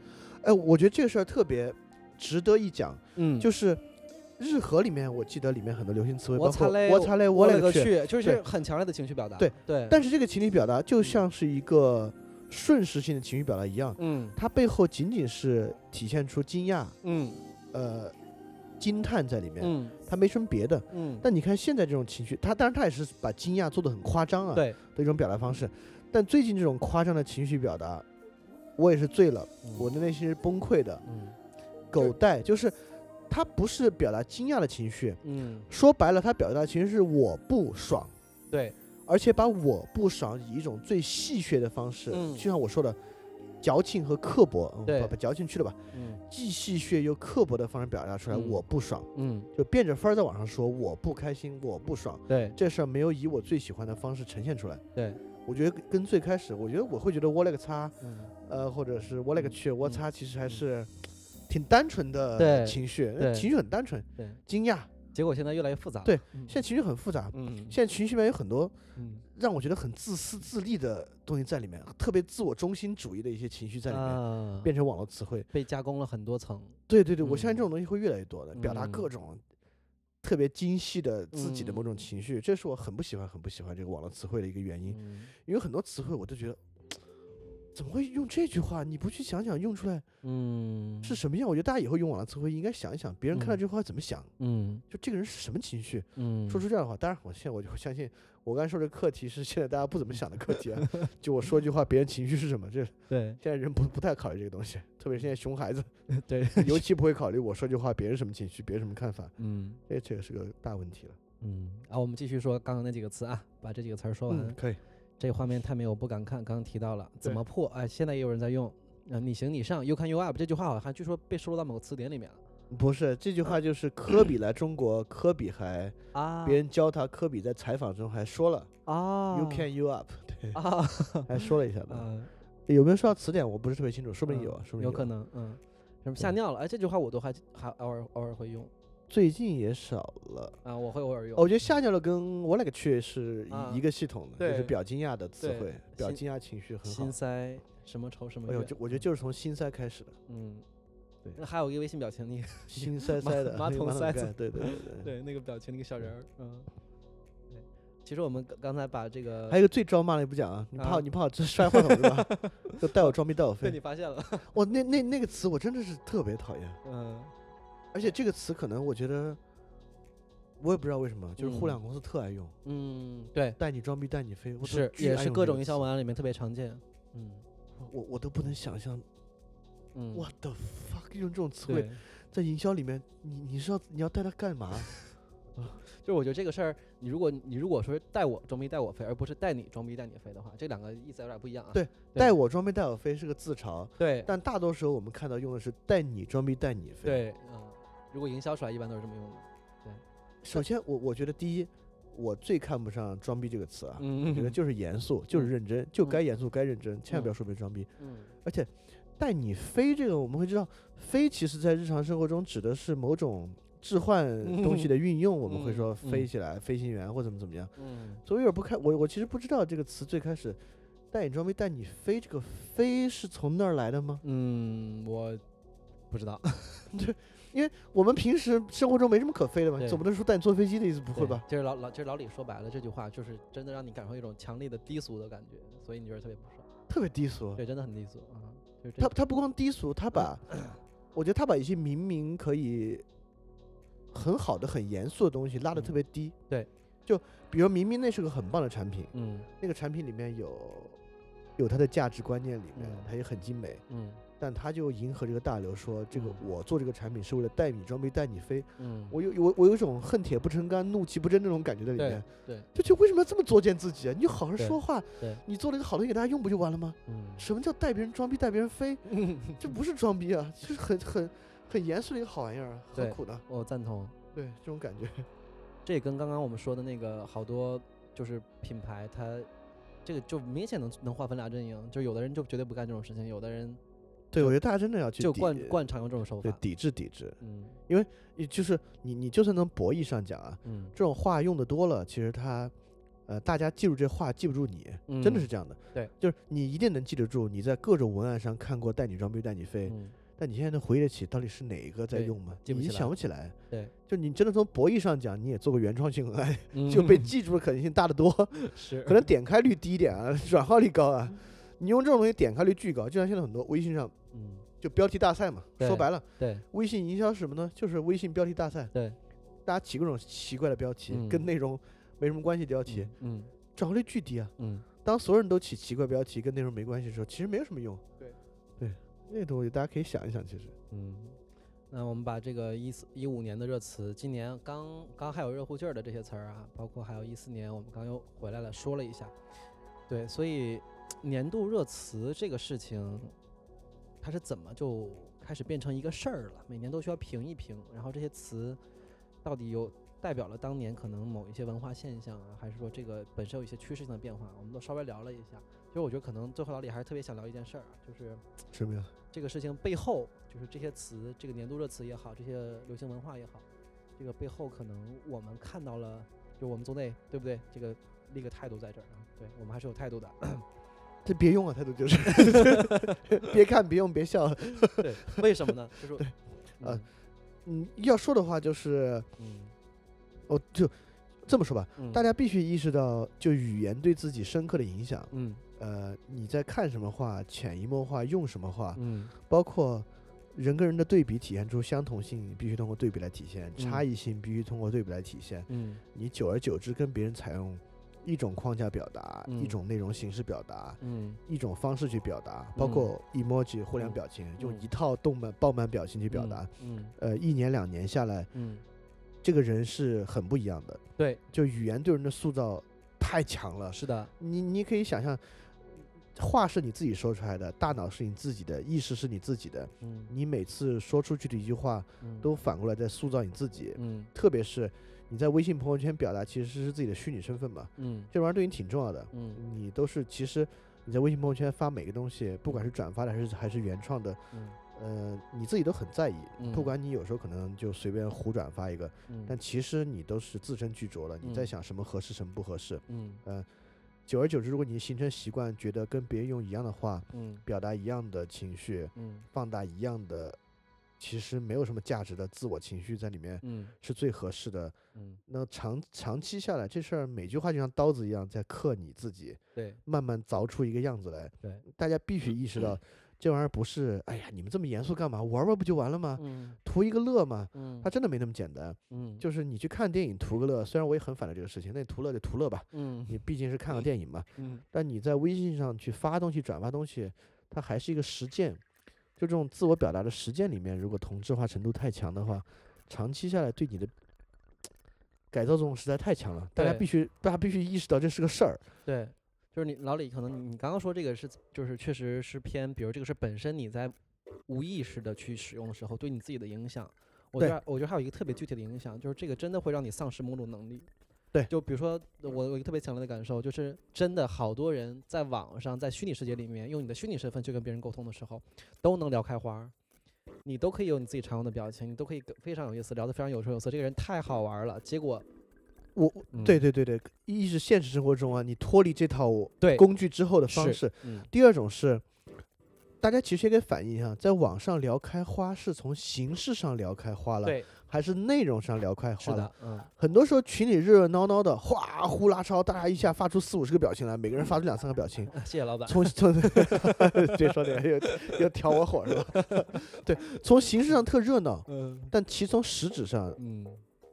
Speaker 3: 哎，我觉得这个事儿特别值得一讲，
Speaker 4: 嗯
Speaker 3: 就是日和里面，我记得里面很多流行词汇，
Speaker 4: 我
Speaker 3: 包
Speaker 4: 擦
Speaker 3: 括
Speaker 4: 嘞，
Speaker 3: 我擦嘞，我勒
Speaker 4: 勒个
Speaker 3: 个去。
Speaker 4: 去，就是
Speaker 3: 对
Speaker 4: 很强烈的情绪表达，
Speaker 3: 对
Speaker 4: 对，
Speaker 3: 但是这个情绪表达
Speaker 4: 嗯
Speaker 3: 就像是一个瞬时性的情绪表达一样，
Speaker 4: 嗯
Speaker 3: 它背后仅仅是体现出惊讶、
Speaker 4: 嗯
Speaker 3: 呃惊叹在里面，
Speaker 4: 嗯
Speaker 3: 它没什么别的。
Speaker 4: 嗯，
Speaker 3: 但你看现在这种情绪，它当然它也是把惊讶做的很夸张啊，
Speaker 4: 对，
Speaker 3: 的一种表达方式。但最近这种夸张的情绪表达，我也是醉了，
Speaker 4: 嗯
Speaker 3: 我的内心是崩溃的。
Speaker 4: 嗯
Speaker 3: 狗带就是，它不是表达惊讶的情绪，
Speaker 4: 嗯
Speaker 3: 说白了，它表达其实是我不爽，
Speaker 4: 对，
Speaker 3: 而且把我不爽以一种最戏谑的方式，
Speaker 4: 嗯
Speaker 3: 就像我说的，矫情和刻薄，嗯、
Speaker 4: 对
Speaker 3: 把把矫情去了吧，
Speaker 4: 嗯
Speaker 3: 既戏谑又刻薄的方式表达出来，
Speaker 4: 嗯
Speaker 3: 我不爽，
Speaker 4: 嗯
Speaker 3: 就变着法儿在网上说我不开心，我不爽，
Speaker 4: 对
Speaker 3: 这事儿没有以我最喜欢的方式呈现出来。
Speaker 4: 对，
Speaker 3: 我觉得跟最开始，我觉得我会觉得我勒个擦，
Speaker 4: 嗯
Speaker 3: 呃，或者是我勒个
Speaker 4: 嗯
Speaker 3: 去，我
Speaker 4: 嗯
Speaker 3: 擦，其实还
Speaker 4: 嗯
Speaker 3: 是挺单纯的
Speaker 4: 对
Speaker 3: 情绪，
Speaker 4: 对
Speaker 3: 情绪很单纯，
Speaker 4: 对，
Speaker 3: 惊讶。
Speaker 4: 结果现在越来越复杂，
Speaker 3: 对
Speaker 4: 嗯，
Speaker 3: 现在情绪很复杂，
Speaker 4: 嗯
Speaker 3: 现在情绪里面有很多
Speaker 4: 嗯
Speaker 3: 让我觉得很自私自利的东西在里面，特别自我中心主义的一些情绪在里面，
Speaker 4: 啊
Speaker 3: 变成网络词汇。
Speaker 4: 被加工了很多层，
Speaker 3: 对对对，我相信
Speaker 4: 嗯
Speaker 3: 这种东西会越来越多的，表达
Speaker 4: 嗯
Speaker 3: 各种特别精细的自己的
Speaker 4: 嗯
Speaker 3: 某种情绪，这是我很不喜欢、很不喜欢这个网络词汇的一个原因。
Speaker 4: 嗯
Speaker 3: 因为很多词汇我都觉得，怎么会用这句话？你不去想想用出来
Speaker 4: 嗯
Speaker 3: 是什么样？我觉得大家以后用网络词汇应该想一想，别人看到
Speaker 4: 嗯
Speaker 3: 这句话怎么想，
Speaker 4: 嗯
Speaker 3: 就这个人是什么情绪。
Speaker 4: 嗯，
Speaker 3: 说出这样的话，当然，我现在我就相信，我刚才说这课题是现在大家不怎么想的课 题啊。就我说一句话，别人情绪是什么？这现
Speaker 4: 对
Speaker 3: 在人不不太考虑这个东西，特别是现在 熊孩子，
Speaker 4: 对，
Speaker 3: 尤其不会考虑我说句话别人什么情绪，别人什么看法，
Speaker 4: 嗯。
Speaker 3: 这这个是个大问题了。
Speaker 4: 嗯，啊，我们继续说刚刚那几个词啊，把这几个词儿说完。
Speaker 3: 嗯可以。
Speaker 4: 这个画面太美，我不敢看。刚刚提到了怎
Speaker 3: 对
Speaker 4: 么破，哎，现在也有人在用。啊，你行你上，you can you up 这句话好像据说被收录到某个词典里面了
Speaker 3: 不是这句话，就是科比来中国，科比还
Speaker 4: 啊
Speaker 3: 别人教他，科比在采访中还说了
Speaker 4: 啊
Speaker 3: “you can you up”，对，
Speaker 4: 啊，
Speaker 3: 还说了一下的。
Speaker 4: 嗯，
Speaker 3: 有没有说到词典？我不是特别清 楚，说不定
Speaker 4: 嗯
Speaker 3: 有啊，说不定
Speaker 4: 有可。能，嗯，什么吓
Speaker 3: 对
Speaker 4: 尿了，哎，这句话我都还还偶尔偶尔会用
Speaker 3: 最近也少了。哦
Speaker 4: 啊，我会偶尔用。
Speaker 3: 我觉得吓尿了跟我勒个去是一
Speaker 4: 啊
Speaker 3: 一个系统的，就是
Speaker 4: 对
Speaker 3: 表惊讶的词
Speaker 4: 对
Speaker 3: 汇，表
Speaker 4: 心
Speaker 3: 惊讶情绪很好
Speaker 4: 心。塞什么愁什么
Speaker 3: 哎
Speaker 4: 怨，
Speaker 3: 呦，就我觉得就是从心塞开 始的，
Speaker 4: 嗯，
Speaker 3: 对
Speaker 4: 那还有一个微信表情，你
Speaker 3: 心塞
Speaker 4: 马
Speaker 3: 塞的
Speaker 4: 马
Speaker 3: 那个
Speaker 4: 桶塞子
Speaker 3: 盖对对对对。
Speaker 4: 对那个表情那个小人儿，嗯，对。其实我们刚刚才把这个
Speaker 3: 还有一个最装妈的也不讲啊，你怕
Speaker 4: 啊
Speaker 3: 我你怕我这摔话筒是 吧？就带我装逼带我
Speaker 4: 被你
Speaker 3: 飞。
Speaker 4: 发现 了，
Speaker 3: 我那那那个词我真的是特别讨厌，
Speaker 4: 嗯，
Speaker 3: 而且这个词可能我觉得，我也不知道为什么，就是
Speaker 4: 嗯
Speaker 3: 互联网公司特爱用，
Speaker 4: 嗯，对，
Speaker 3: 带你装逼带你飞，我都
Speaker 4: 是
Speaker 3: 巨
Speaker 4: 也
Speaker 3: 爱
Speaker 4: 是
Speaker 3: 用
Speaker 4: 各
Speaker 3: 这
Speaker 4: 种
Speaker 3: 个
Speaker 4: 营销
Speaker 3: 词
Speaker 4: 文案里面特别常见。嗯
Speaker 3: 我我都不能想象
Speaker 4: 嗯，
Speaker 3: ，what the fuck 用这种词汇
Speaker 4: 对，
Speaker 3: 在营销里面，你你是要你要带他干嘛？
Speaker 4: 就是我觉得这个事儿，你如果你如果说带我装逼带我飞，而不是带你装逼带你飞的话，这两个意思有点不一样啊。
Speaker 3: 对带我装逼带我飞是个自嘲，
Speaker 4: 对
Speaker 3: 但大多时候我们看到用的是带你装逼带你飞。，
Speaker 4: 对，嗯，如果营销出来一般都是这么用的。
Speaker 3: 首先我我觉得第一，我最看不上装逼这个词啊，我
Speaker 4: 嗯
Speaker 3: 觉得就是严肃，就是认真，就该严肃该认真，千万不要说别人装逼。
Speaker 4: 嗯
Speaker 3: 而且带你飞这个，我们会知道飞其实在日常生活中指的是某种。置换东西的运用，我们会说
Speaker 4: 嗯
Speaker 3: 飞起来，飞行员或怎么怎么样。
Speaker 4: 嗯
Speaker 3: 所以有点不开，我我其实不知道这个词最开始“带你装逼带你飞”这个“飞”是从那儿来的吗？
Speaker 4: 嗯，我不知道，
Speaker 3: 我们平时生活中没什么可飞的嘛，
Speaker 4: 对
Speaker 3: 总不能说带你坐飞机的意思不会
Speaker 4: 对
Speaker 3: 吧？？
Speaker 4: 就是老老就是老李说白了这句话，就是真的让你感受一种强烈的低俗的感觉，所以你觉得特别不爽。
Speaker 3: 特别低俗。
Speaker 4: 对，真的很低俗啊。就是这
Speaker 3: 他他不光低俗，他把，我觉得他把一些明明可以很好的、很严肃的东西拉得特
Speaker 4: 嗯
Speaker 3: 别低。
Speaker 4: 对，
Speaker 3: 就比如明明那是个很棒的产品，
Speaker 4: 嗯
Speaker 3: 那个产品里面有有它的价值观念里面
Speaker 4: 嗯，
Speaker 3: 它也很精美，
Speaker 4: 嗯
Speaker 3: 但他就迎合这个大流说，这个
Speaker 4: 嗯
Speaker 3: 我做这个产品是为了带你装备带你飞，
Speaker 4: 嗯，
Speaker 3: 我有我我有一种恨铁不成钢怒其不争那种感觉在里面，
Speaker 4: 对对，
Speaker 3: 就觉得为什么要这么作践自己啊？你就好好
Speaker 4: 对
Speaker 3: 说话
Speaker 4: 对，
Speaker 3: 你做了一个好东西给大家用不就完了吗？
Speaker 4: 嗯
Speaker 3: 什么叫带别人装逼带别人 飞？这不是装逼啊，就是很很很严肃的一个好玩意儿啊，何
Speaker 4: 对
Speaker 3: 苦呢？
Speaker 4: 我赞同。
Speaker 3: 对，这种感觉，
Speaker 4: 这也跟刚刚我们说的那个好多就是品牌，它这个就明显能能划分俩阵营，就有的人就绝对不干这种事情，有的人
Speaker 3: 对我觉得大家真的要去
Speaker 4: 就
Speaker 3: 抵
Speaker 4: 惯惯常用这种手
Speaker 3: 对
Speaker 4: 法。
Speaker 3: 抵制抵制，
Speaker 4: 嗯
Speaker 3: 也就是你你就算从博弈上讲啊，
Speaker 4: 嗯
Speaker 3: 这种话用的多了，其实它。呃，大家记住这话记不住你，
Speaker 4: 嗯，
Speaker 3: 真的是这样的。
Speaker 4: 对，
Speaker 3: 就是你一定能记得住，你在各种文案上看过带你装逼带你飞，
Speaker 4: 嗯
Speaker 3: 但你现在能回忆得起到底是哪一个在
Speaker 4: 对
Speaker 3: 用吗？
Speaker 4: 记不
Speaker 3: 你
Speaker 4: 起来
Speaker 3: 想不起来。
Speaker 4: 对，
Speaker 3: 就你真的从博弈上讲，你也做过原创性文案，
Speaker 4: 嗯
Speaker 3: 就 被记住的可能性大得多，
Speaker 4: 是
Speaker 3: 可能点开率低一点啊， 转化率高啊。你用这种东西点开率巨高，就像现在很多微信上
Speaker 4: 嗯
Speaker 3: 就标题大赛嘛，
Speaker 4: 对
Speaker 3: 说白了，
Speaker 4: 对
Speaker 3: 微信营销是什么呢？就是微信标题大赛，
Speaker 4: 对
Speaker 3: 大家起各种奇怪的标题，
Speaker 4: 嗯
Speaker 3: 跟内容没什么关系的标题，
Speaker 4: 嗯
Speaker 3: 转化率巨低啊。
Speaker 4: 嗯
Speaker 3: 当所有人都起奇怪标题跟内容没关系的时候，其实没有什么用。对，对，那个东西大家可以想一想，其实
Speaker 4: 嗯。那我们把这个一四一五年的热词，今年刚刚还有热乎劲儿的这些词儿啊，包括还有一四年我们刚又回来了说了一下，对，所以年度热词这个事情，它是怎么就开始变成一个事儿了？每年都需要评一评，然后这些词到底有代表了当年可能某一些文化现象啊，还是说这个本身有一些趋势性的变化？我们都稍微聊了一下。其实我觉得可能最后老李还是特别想聊一件事儿啊，就是
Speaker 3: 什么呀？
Speaker 4: 这个事情背后，就是这些词，这个年度热词也好，这些流行文化也好，这个背后可能我们看到了，就我们总得对不对？这个立个态度在这儿啊，对我们还是有态 度的。
Speaker 3: 这别用啊，态度就是 别看别用别笑。
Speaker 4: 对，为什么呢？就是对，
Speaker 3: 呃嗯，要说的话就是，
Speaker 4: 嗯
Speaker 3: 哦，就这么说吧，
Speaker 4: 嗯，
Speaker 3: 大家必须意识到，就语言对自己深刻的影响。
Speaker 4: 嗯
Speaker 3: 呃，你在看什么话，潜移默化用什么话，
Speaker 4: 嗯
Speaker 3: 包括人跟人的对比，体现出相同性，必须通过对比来体现；差
Speaker 4: 嗯
Speaker 3: 异性必须通过对比来体现。
Speaker 4: 嗯
Speaker 3: 你久而久之跟别人采用一种框架表达、一
Speaker 4: 嗯
Speaker 3: 种内容形式表达、
Speaker 4: 嗯
Speaker 3: 一种方式去表达，包括 emoji 互联
Speaker 4: 嗯
Speaker 3: 表情，用
Speaker 4: 嗯
Speaker 3: 一套动漫爆满表情去表达。，
Speaker 4: 嗯
Speaker 3: 呃，一年两年下来，
Speaker 4: 嗯，
Speaker 3: 这个人是很不一样的。
Speaker 4: 对，
Speaker 3: 就语言对人的塑造太强了。
Speaker 4: 是的，
Speaker 3: 你你可以想象，话是你自己说出来的，大脑是你自己的，意识是你自己的。
Speaker 4: 嗯
Speaker 3: 你每次说出去的一句话，都反过来在塑造你自己。
Speaker 4: 嗯
Speaker 3: 特别是你在微信朋友圈表达，其实是自己的虚拟身份嘛，
Speaker 4: 嗯
Speaker 3: 这玩意儿对你挺重要的。
Speaker 4: 嗯
Speaker 3: 你都是其实你在微信朋友圈发每个东西，不管是转发的还是还是原创的，
Speaker 4: 嗯
Speaker 3: 呃，你自己都很在意。不
Speaker 4: 嗯
Speaker 3: 管你有时候可能就随便胡转发一个，
Speaker 4: 嗯，
Speaker 3: 但其实你都是自身去着了，你在
Speaker 4: 嗯
Speaker 3: 想什么合适，什么不合适。
Speaker 4: 嗯
Speaker 3: 久而久之，如果你形成习惯，觉得跟别人用一样的话，
Speaker 4: 嗯
Speaker 3: 表达一样的情绪，
Speaker 4: 嗯
Speaker 3: 放大一样的，其实没有什么价值的自我情绪在里面
Speaker 4: 嗯
Speaker 3: 是最合适的。
Speaker 4: 嗯，
Speaker 3: 那长长期下来，这事儿每句话就像刀子一样在刻你自己，
Speaker 4: 对
Speaker 3: 慢慢凿出一个样子来。
Speaker 4: 对，
Speaker 3: 大家必须意识到， 这玩意儿不是，哎呀，你们这么严肃干嘛？玩玩不就完了吗？
Speaker 4: 嗯
Speaker 3: 图一个乐嘛。
Speaker 4: 嗯，
Speaker 3: 它真的没那么简单，
Speaker 4: 嗯
Speaker 3: 就是你去看电影图个乐，虽然我也很反对这个事情，那你图乐就图乐吧，
Speaker 4: 嗯
Speaker 3: 你毕竟是看个电影嘛。
Speaker 4: 嗯
Speaker 3: 但你在微信上去发东西、转发东西，它还是一个实践。就这种自我表达的实践里面，如果同质化程度太强的话，长期下来对你的改造作用实在太强了。大家
Speaker 4: 对
Speaker 3: 必须，大家必须意识到这是个事儿。
Speaker 4: 对，就是你老李，可能你你刚刚说这个是，就是确实是偏，比如这个事儿本身你在无意识的去使用的时候，对你自己的影响。我觉
Speaker 3: 对
Speaker 4: 得，我觉得还有一个特别具体的影响，就是这个真的会让你丧失某种能力。
Speaker 3: 对
Speaker 4: 就比如说我我有一个特别强烈的感受，就是真的好多人在网上，在虚拟世界里面，用你的虚拟身份去跟别人沟通的时候，都能聊开花儿，你都可以有你自己常用的表情，你都可以跟非常有意思，聊得非常有说有色。这个人太好玩儿了，结果
Speaker 3: 我，
Speaker 4: 嗯
Speaker 3: 对对对对，一是现实生活中啊，你脱离这套
Speaker 4: 对
Speaker 3: 工具之后的方
Speaker 4: 是
Speaker 3: 式；
Speaker 4: 嗯
Speaker 3: 第二种是，大家其实也可以反映一下，在网上聊开花是从形式上聊开花了，
Speaker 4: 对
Speaker 3: 还是内容上聊开
Speaker 4: 是
Speaker 3: 花了？
Speaker 4: 的嗯
Speaker 3: 很多时候群里热热闹闹的，哗呼啦超，大家一下发出四五十个表情来，每个人发出两三个 表情，
Speaker 4: 啊谢谢老板
Speaker 3: 从从 别说这个又又挑我火是吧？对，从形式上特热闹，
Speaker 4: 嗯
Speaker 3: 但其从实质上
Speaker 4: 嗯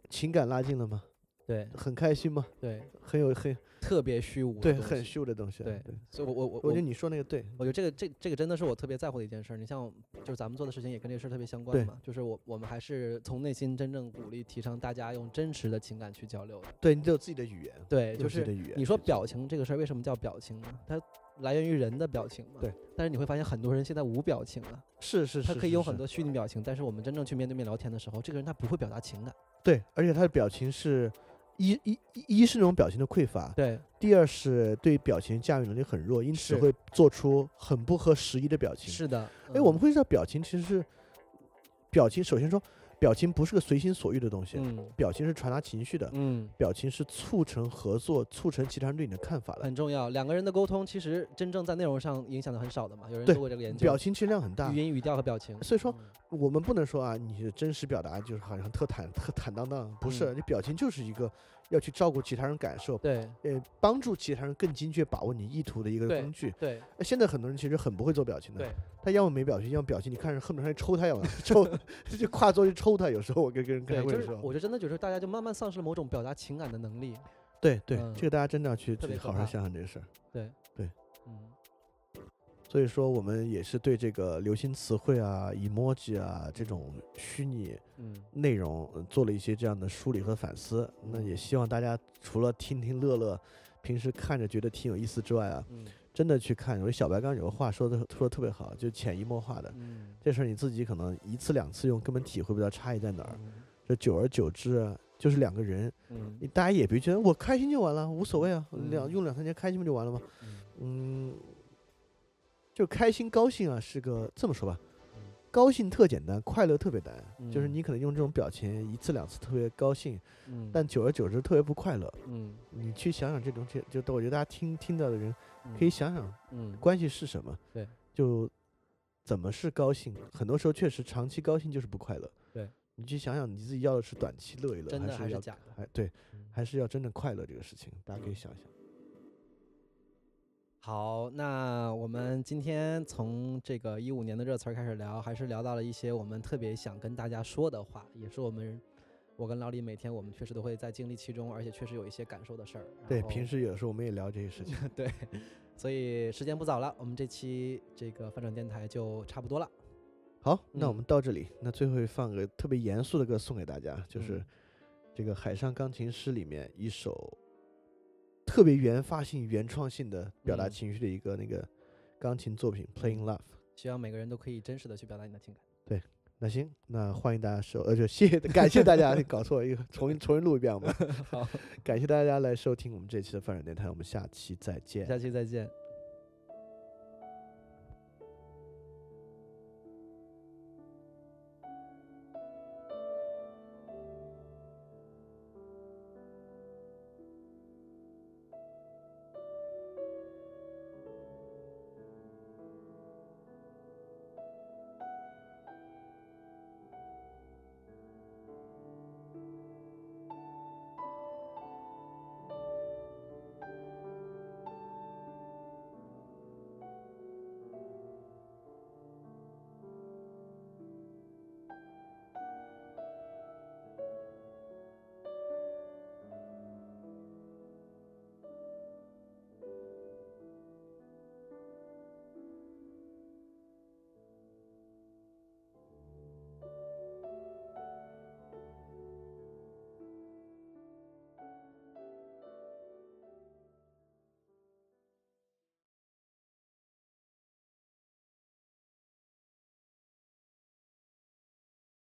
Speaker 3: 情感拉近了吗？
Speaker 4: 对
Speaker 3: 很开心嘛，
Speaker 4: 对，
Speaker 3: 很有很
Speaker 4: 特别虚无的
Speaker 3: 对
Speaker 4: 东
Speaker 3: 很
Speaker 4: 西
Speaker 3: 秀的东西。啊
Speaker 4: 对所以我我我
Speaker 3: 我
Speaker 4: 我
Speaker 3: 觉得你说那个对，
Speaker 4: 我觉得这个这这个真的是我特别在乎的一件事儿。你像就是咱们做的事情也跟这个事儿特别相关
Speaker 3: 对
Speaker 4: 嘛，就是我我们还是从内心真正鼓励提倡大家用真实的情感去交流的。
Speaker 3: 对你得有自己的语言，
Speaker 4: 对，
Speaker 3: 有
Speaker 4: 就
Speaker 3: 自己的
Speaker 4: 是
Speaker 3: 语言。
Speaker 4: 你说表情这个事儿为什么叫表情呢？它来源于人的表情嘛。
Speaker 3: 对。
Speaker 4: 但是你会发现很多人现在无表情了，
Speaker 3: 是是
Speaker 4: 他
Speaker 3: 是，
Speaker 4: 可以
Speaker 3: 是
Speaker 4: 有
Speaker 3: 是
Speaker 4: 很多虚拟表情，但是我们真正去面对面聊天的时候，这个人他不会表达情感。
Speaker 3: 对，而且他的表情是一一一一是那种表情的匮乏，
Speaker 4: 对
Speaker 3: 第二是对表情驾驭能力很弱，因
Speaker 4: 是
Speaker 3: 此会做出很不合时宜的表情。
Speaker 4: 是的。
Speaker 3: 哎，
Speaker 4: 嗯
Speaker 3: 我们会知道表情其实是表情，首先说表情不是个随心所欲的东西，
Speaker 4: 嗯
Speaker 3: 表情是传达情绪的，
Speaker 4: 嗯
Speaker 3: 表情是促成合作、促成其他人对你的看法的。
Speaker 4: 很重要，两个人的沟通其实真正在内容上影响的很少的嘛。有人
Speaker 3: 对
Speaker 4: 做过这个研究
Speaker 3: 表，情其实量很大
Speaker 4: 语，音、语调和表情。
Speaker 3: 所以说
Speaker 4: 嗯
Speaker 3: 我们不能说啊，你是真实表达就是好像特坦特坦荡荡，不是，
Speaker 4: 嗯
Speaker 3: 你表情就是一个要去照顾其他人感受，
Speaker 4: 对
Speaker 3: 呃，帮助其他人更精确把握你意图的一个
Speaker 4: 对
Speaker 3: 工具。
Speaker 4: 对
Speaker 3: 呃现在很多人其实很不会做表情的
Speaker 4: 对，
Speaker 3: 他要么没表情，要么表情，你看着恨不得上去抽他，要么抽， 就跨桌去抽他。有时候我跟跟人开
Speaker 4: 对，
Speaker 3: 会
Speaker 4: 就
Speaker 3: 的
Speaker 4: 是
Speaker 3: 时
Speaker 4: 我
Speaker 3: 候，
Speaker 4: 就真的觉得大家就慢慢丧失了某种表达情感的能力。
Speaker 3: 对对
Speaker 4: 嗯，
Speaker 3: 这个大家真的要去
Speaker 4: 特
Speaker 3: 自
Speaker 4: 别
Speaker 3: 己
Speaker 4: 可
Speaker 3: 好好
Speaker 4: 怕
Speaker 3: 想想这个事儿。
Speaker 4: 嗯，
Speaker 3: 所以说，我们也是对这个流行词汇啊、emoji 啊这种虚拟
Speaker 4: 嗯，
Speaker 3: 内容呃做了一些这样的梳理和反思。那也希望大家除了听听乐乐，平时看着觉得挺有意思之外啊，
Speaker 4: 嗯
Speaker 3: 真的去看。我觉得小白刚有个话说的说的特别好，就潜移默化的。
Speaker 4: 嗯
Speaker 3: 这事儿你自己可能一次两次用，根本体会不到差异在哪儿。这久而久之啊，就是两个人，
Speaker 4: 嗯
Speaker 3: 你大家也别觉得我开心就完了，无所谓啊，
Speaker 4: 嗯
Speaker 3: 两用两三年开心不就完了吗？
Speaker 4: 嗯
Speaker 3: 嗯，就开心高兴啊，是个这么说吧
Speaker 4: 嗯，
Speaker 3: 高兴特简单，快乐特别难。就是
Speaker 4: 嗯
Speaker 3: 你可能用这种表情一次两次特别高兴，
Speaker 4: 嗯，
Speaker 3: 但久而久之特别不快乐。
Speaker 4: 嗯
Speaker 3: 你去想想这种，这就我觉得大家听听到的人
Speaker 4: 嗯
Speaker 3: 可以想想
Speaker 4: 嗯
Speaker 3: 关系是什么？
Speaker 4: 对，
Speaker 3: 就怎么是高兴？很多时候确实长期高兴就是不快乐。
Speaker 4: 对，
Speaker 3: 你去想想你自己要的是短期乐一乐，
Speaker 4: 真的
Speaker 3: 还
Speaker 4: 还
Speaker 3: 是
Speaker 4: 是
Speaker 3: 要
Speaker 4: 假的？
Speaker 3: 还对
Speaker 4: 嗯，
Speaker 3: 还是要真正快乐这个事情，大家可以想一想。
Speaker 4: 好，那我们今天从这个一五年的热词儿开始聊，还是聊到了一些我们特别想跟大家说的话，也是我们我跟老李每天我们确实都会在经历其中，而且确实有一些感受的事儿。
Speaker 3: 对，
Speaker 4: 然后
Speaker 3: 平时有时候我们也聊这些事情。
Speaker 4: 对，所以时间不早了，我们这期这个翻转电台就差不多了。
Speaker 3: 好，那我
Speaker 4: 嗯
Speaker 3: 们到这里，那最后放个特别严肃的歌送给大家，就是
Speaker 4: 嗯
Speaker 3: 这个《海上钢琴师》里面一首特别原发性、原创性的表达
Speaker 4: 嗯
Speaker 3: 情绪的一个那个钢琴作品《Playing Love》。
Speaker 4: 希望每个人都可以真实的去表达你的情感。
Speaker 3: 那行，那欢迎大家收，呃，就谢谢，感谢大家，搞错一个，重新重新录一遍我们，
Speaker 4: 好，
Speaker 3: 感谢大家来收听我们这期的泛软电台，我们下期再见。
Speaker 4: 下期再见。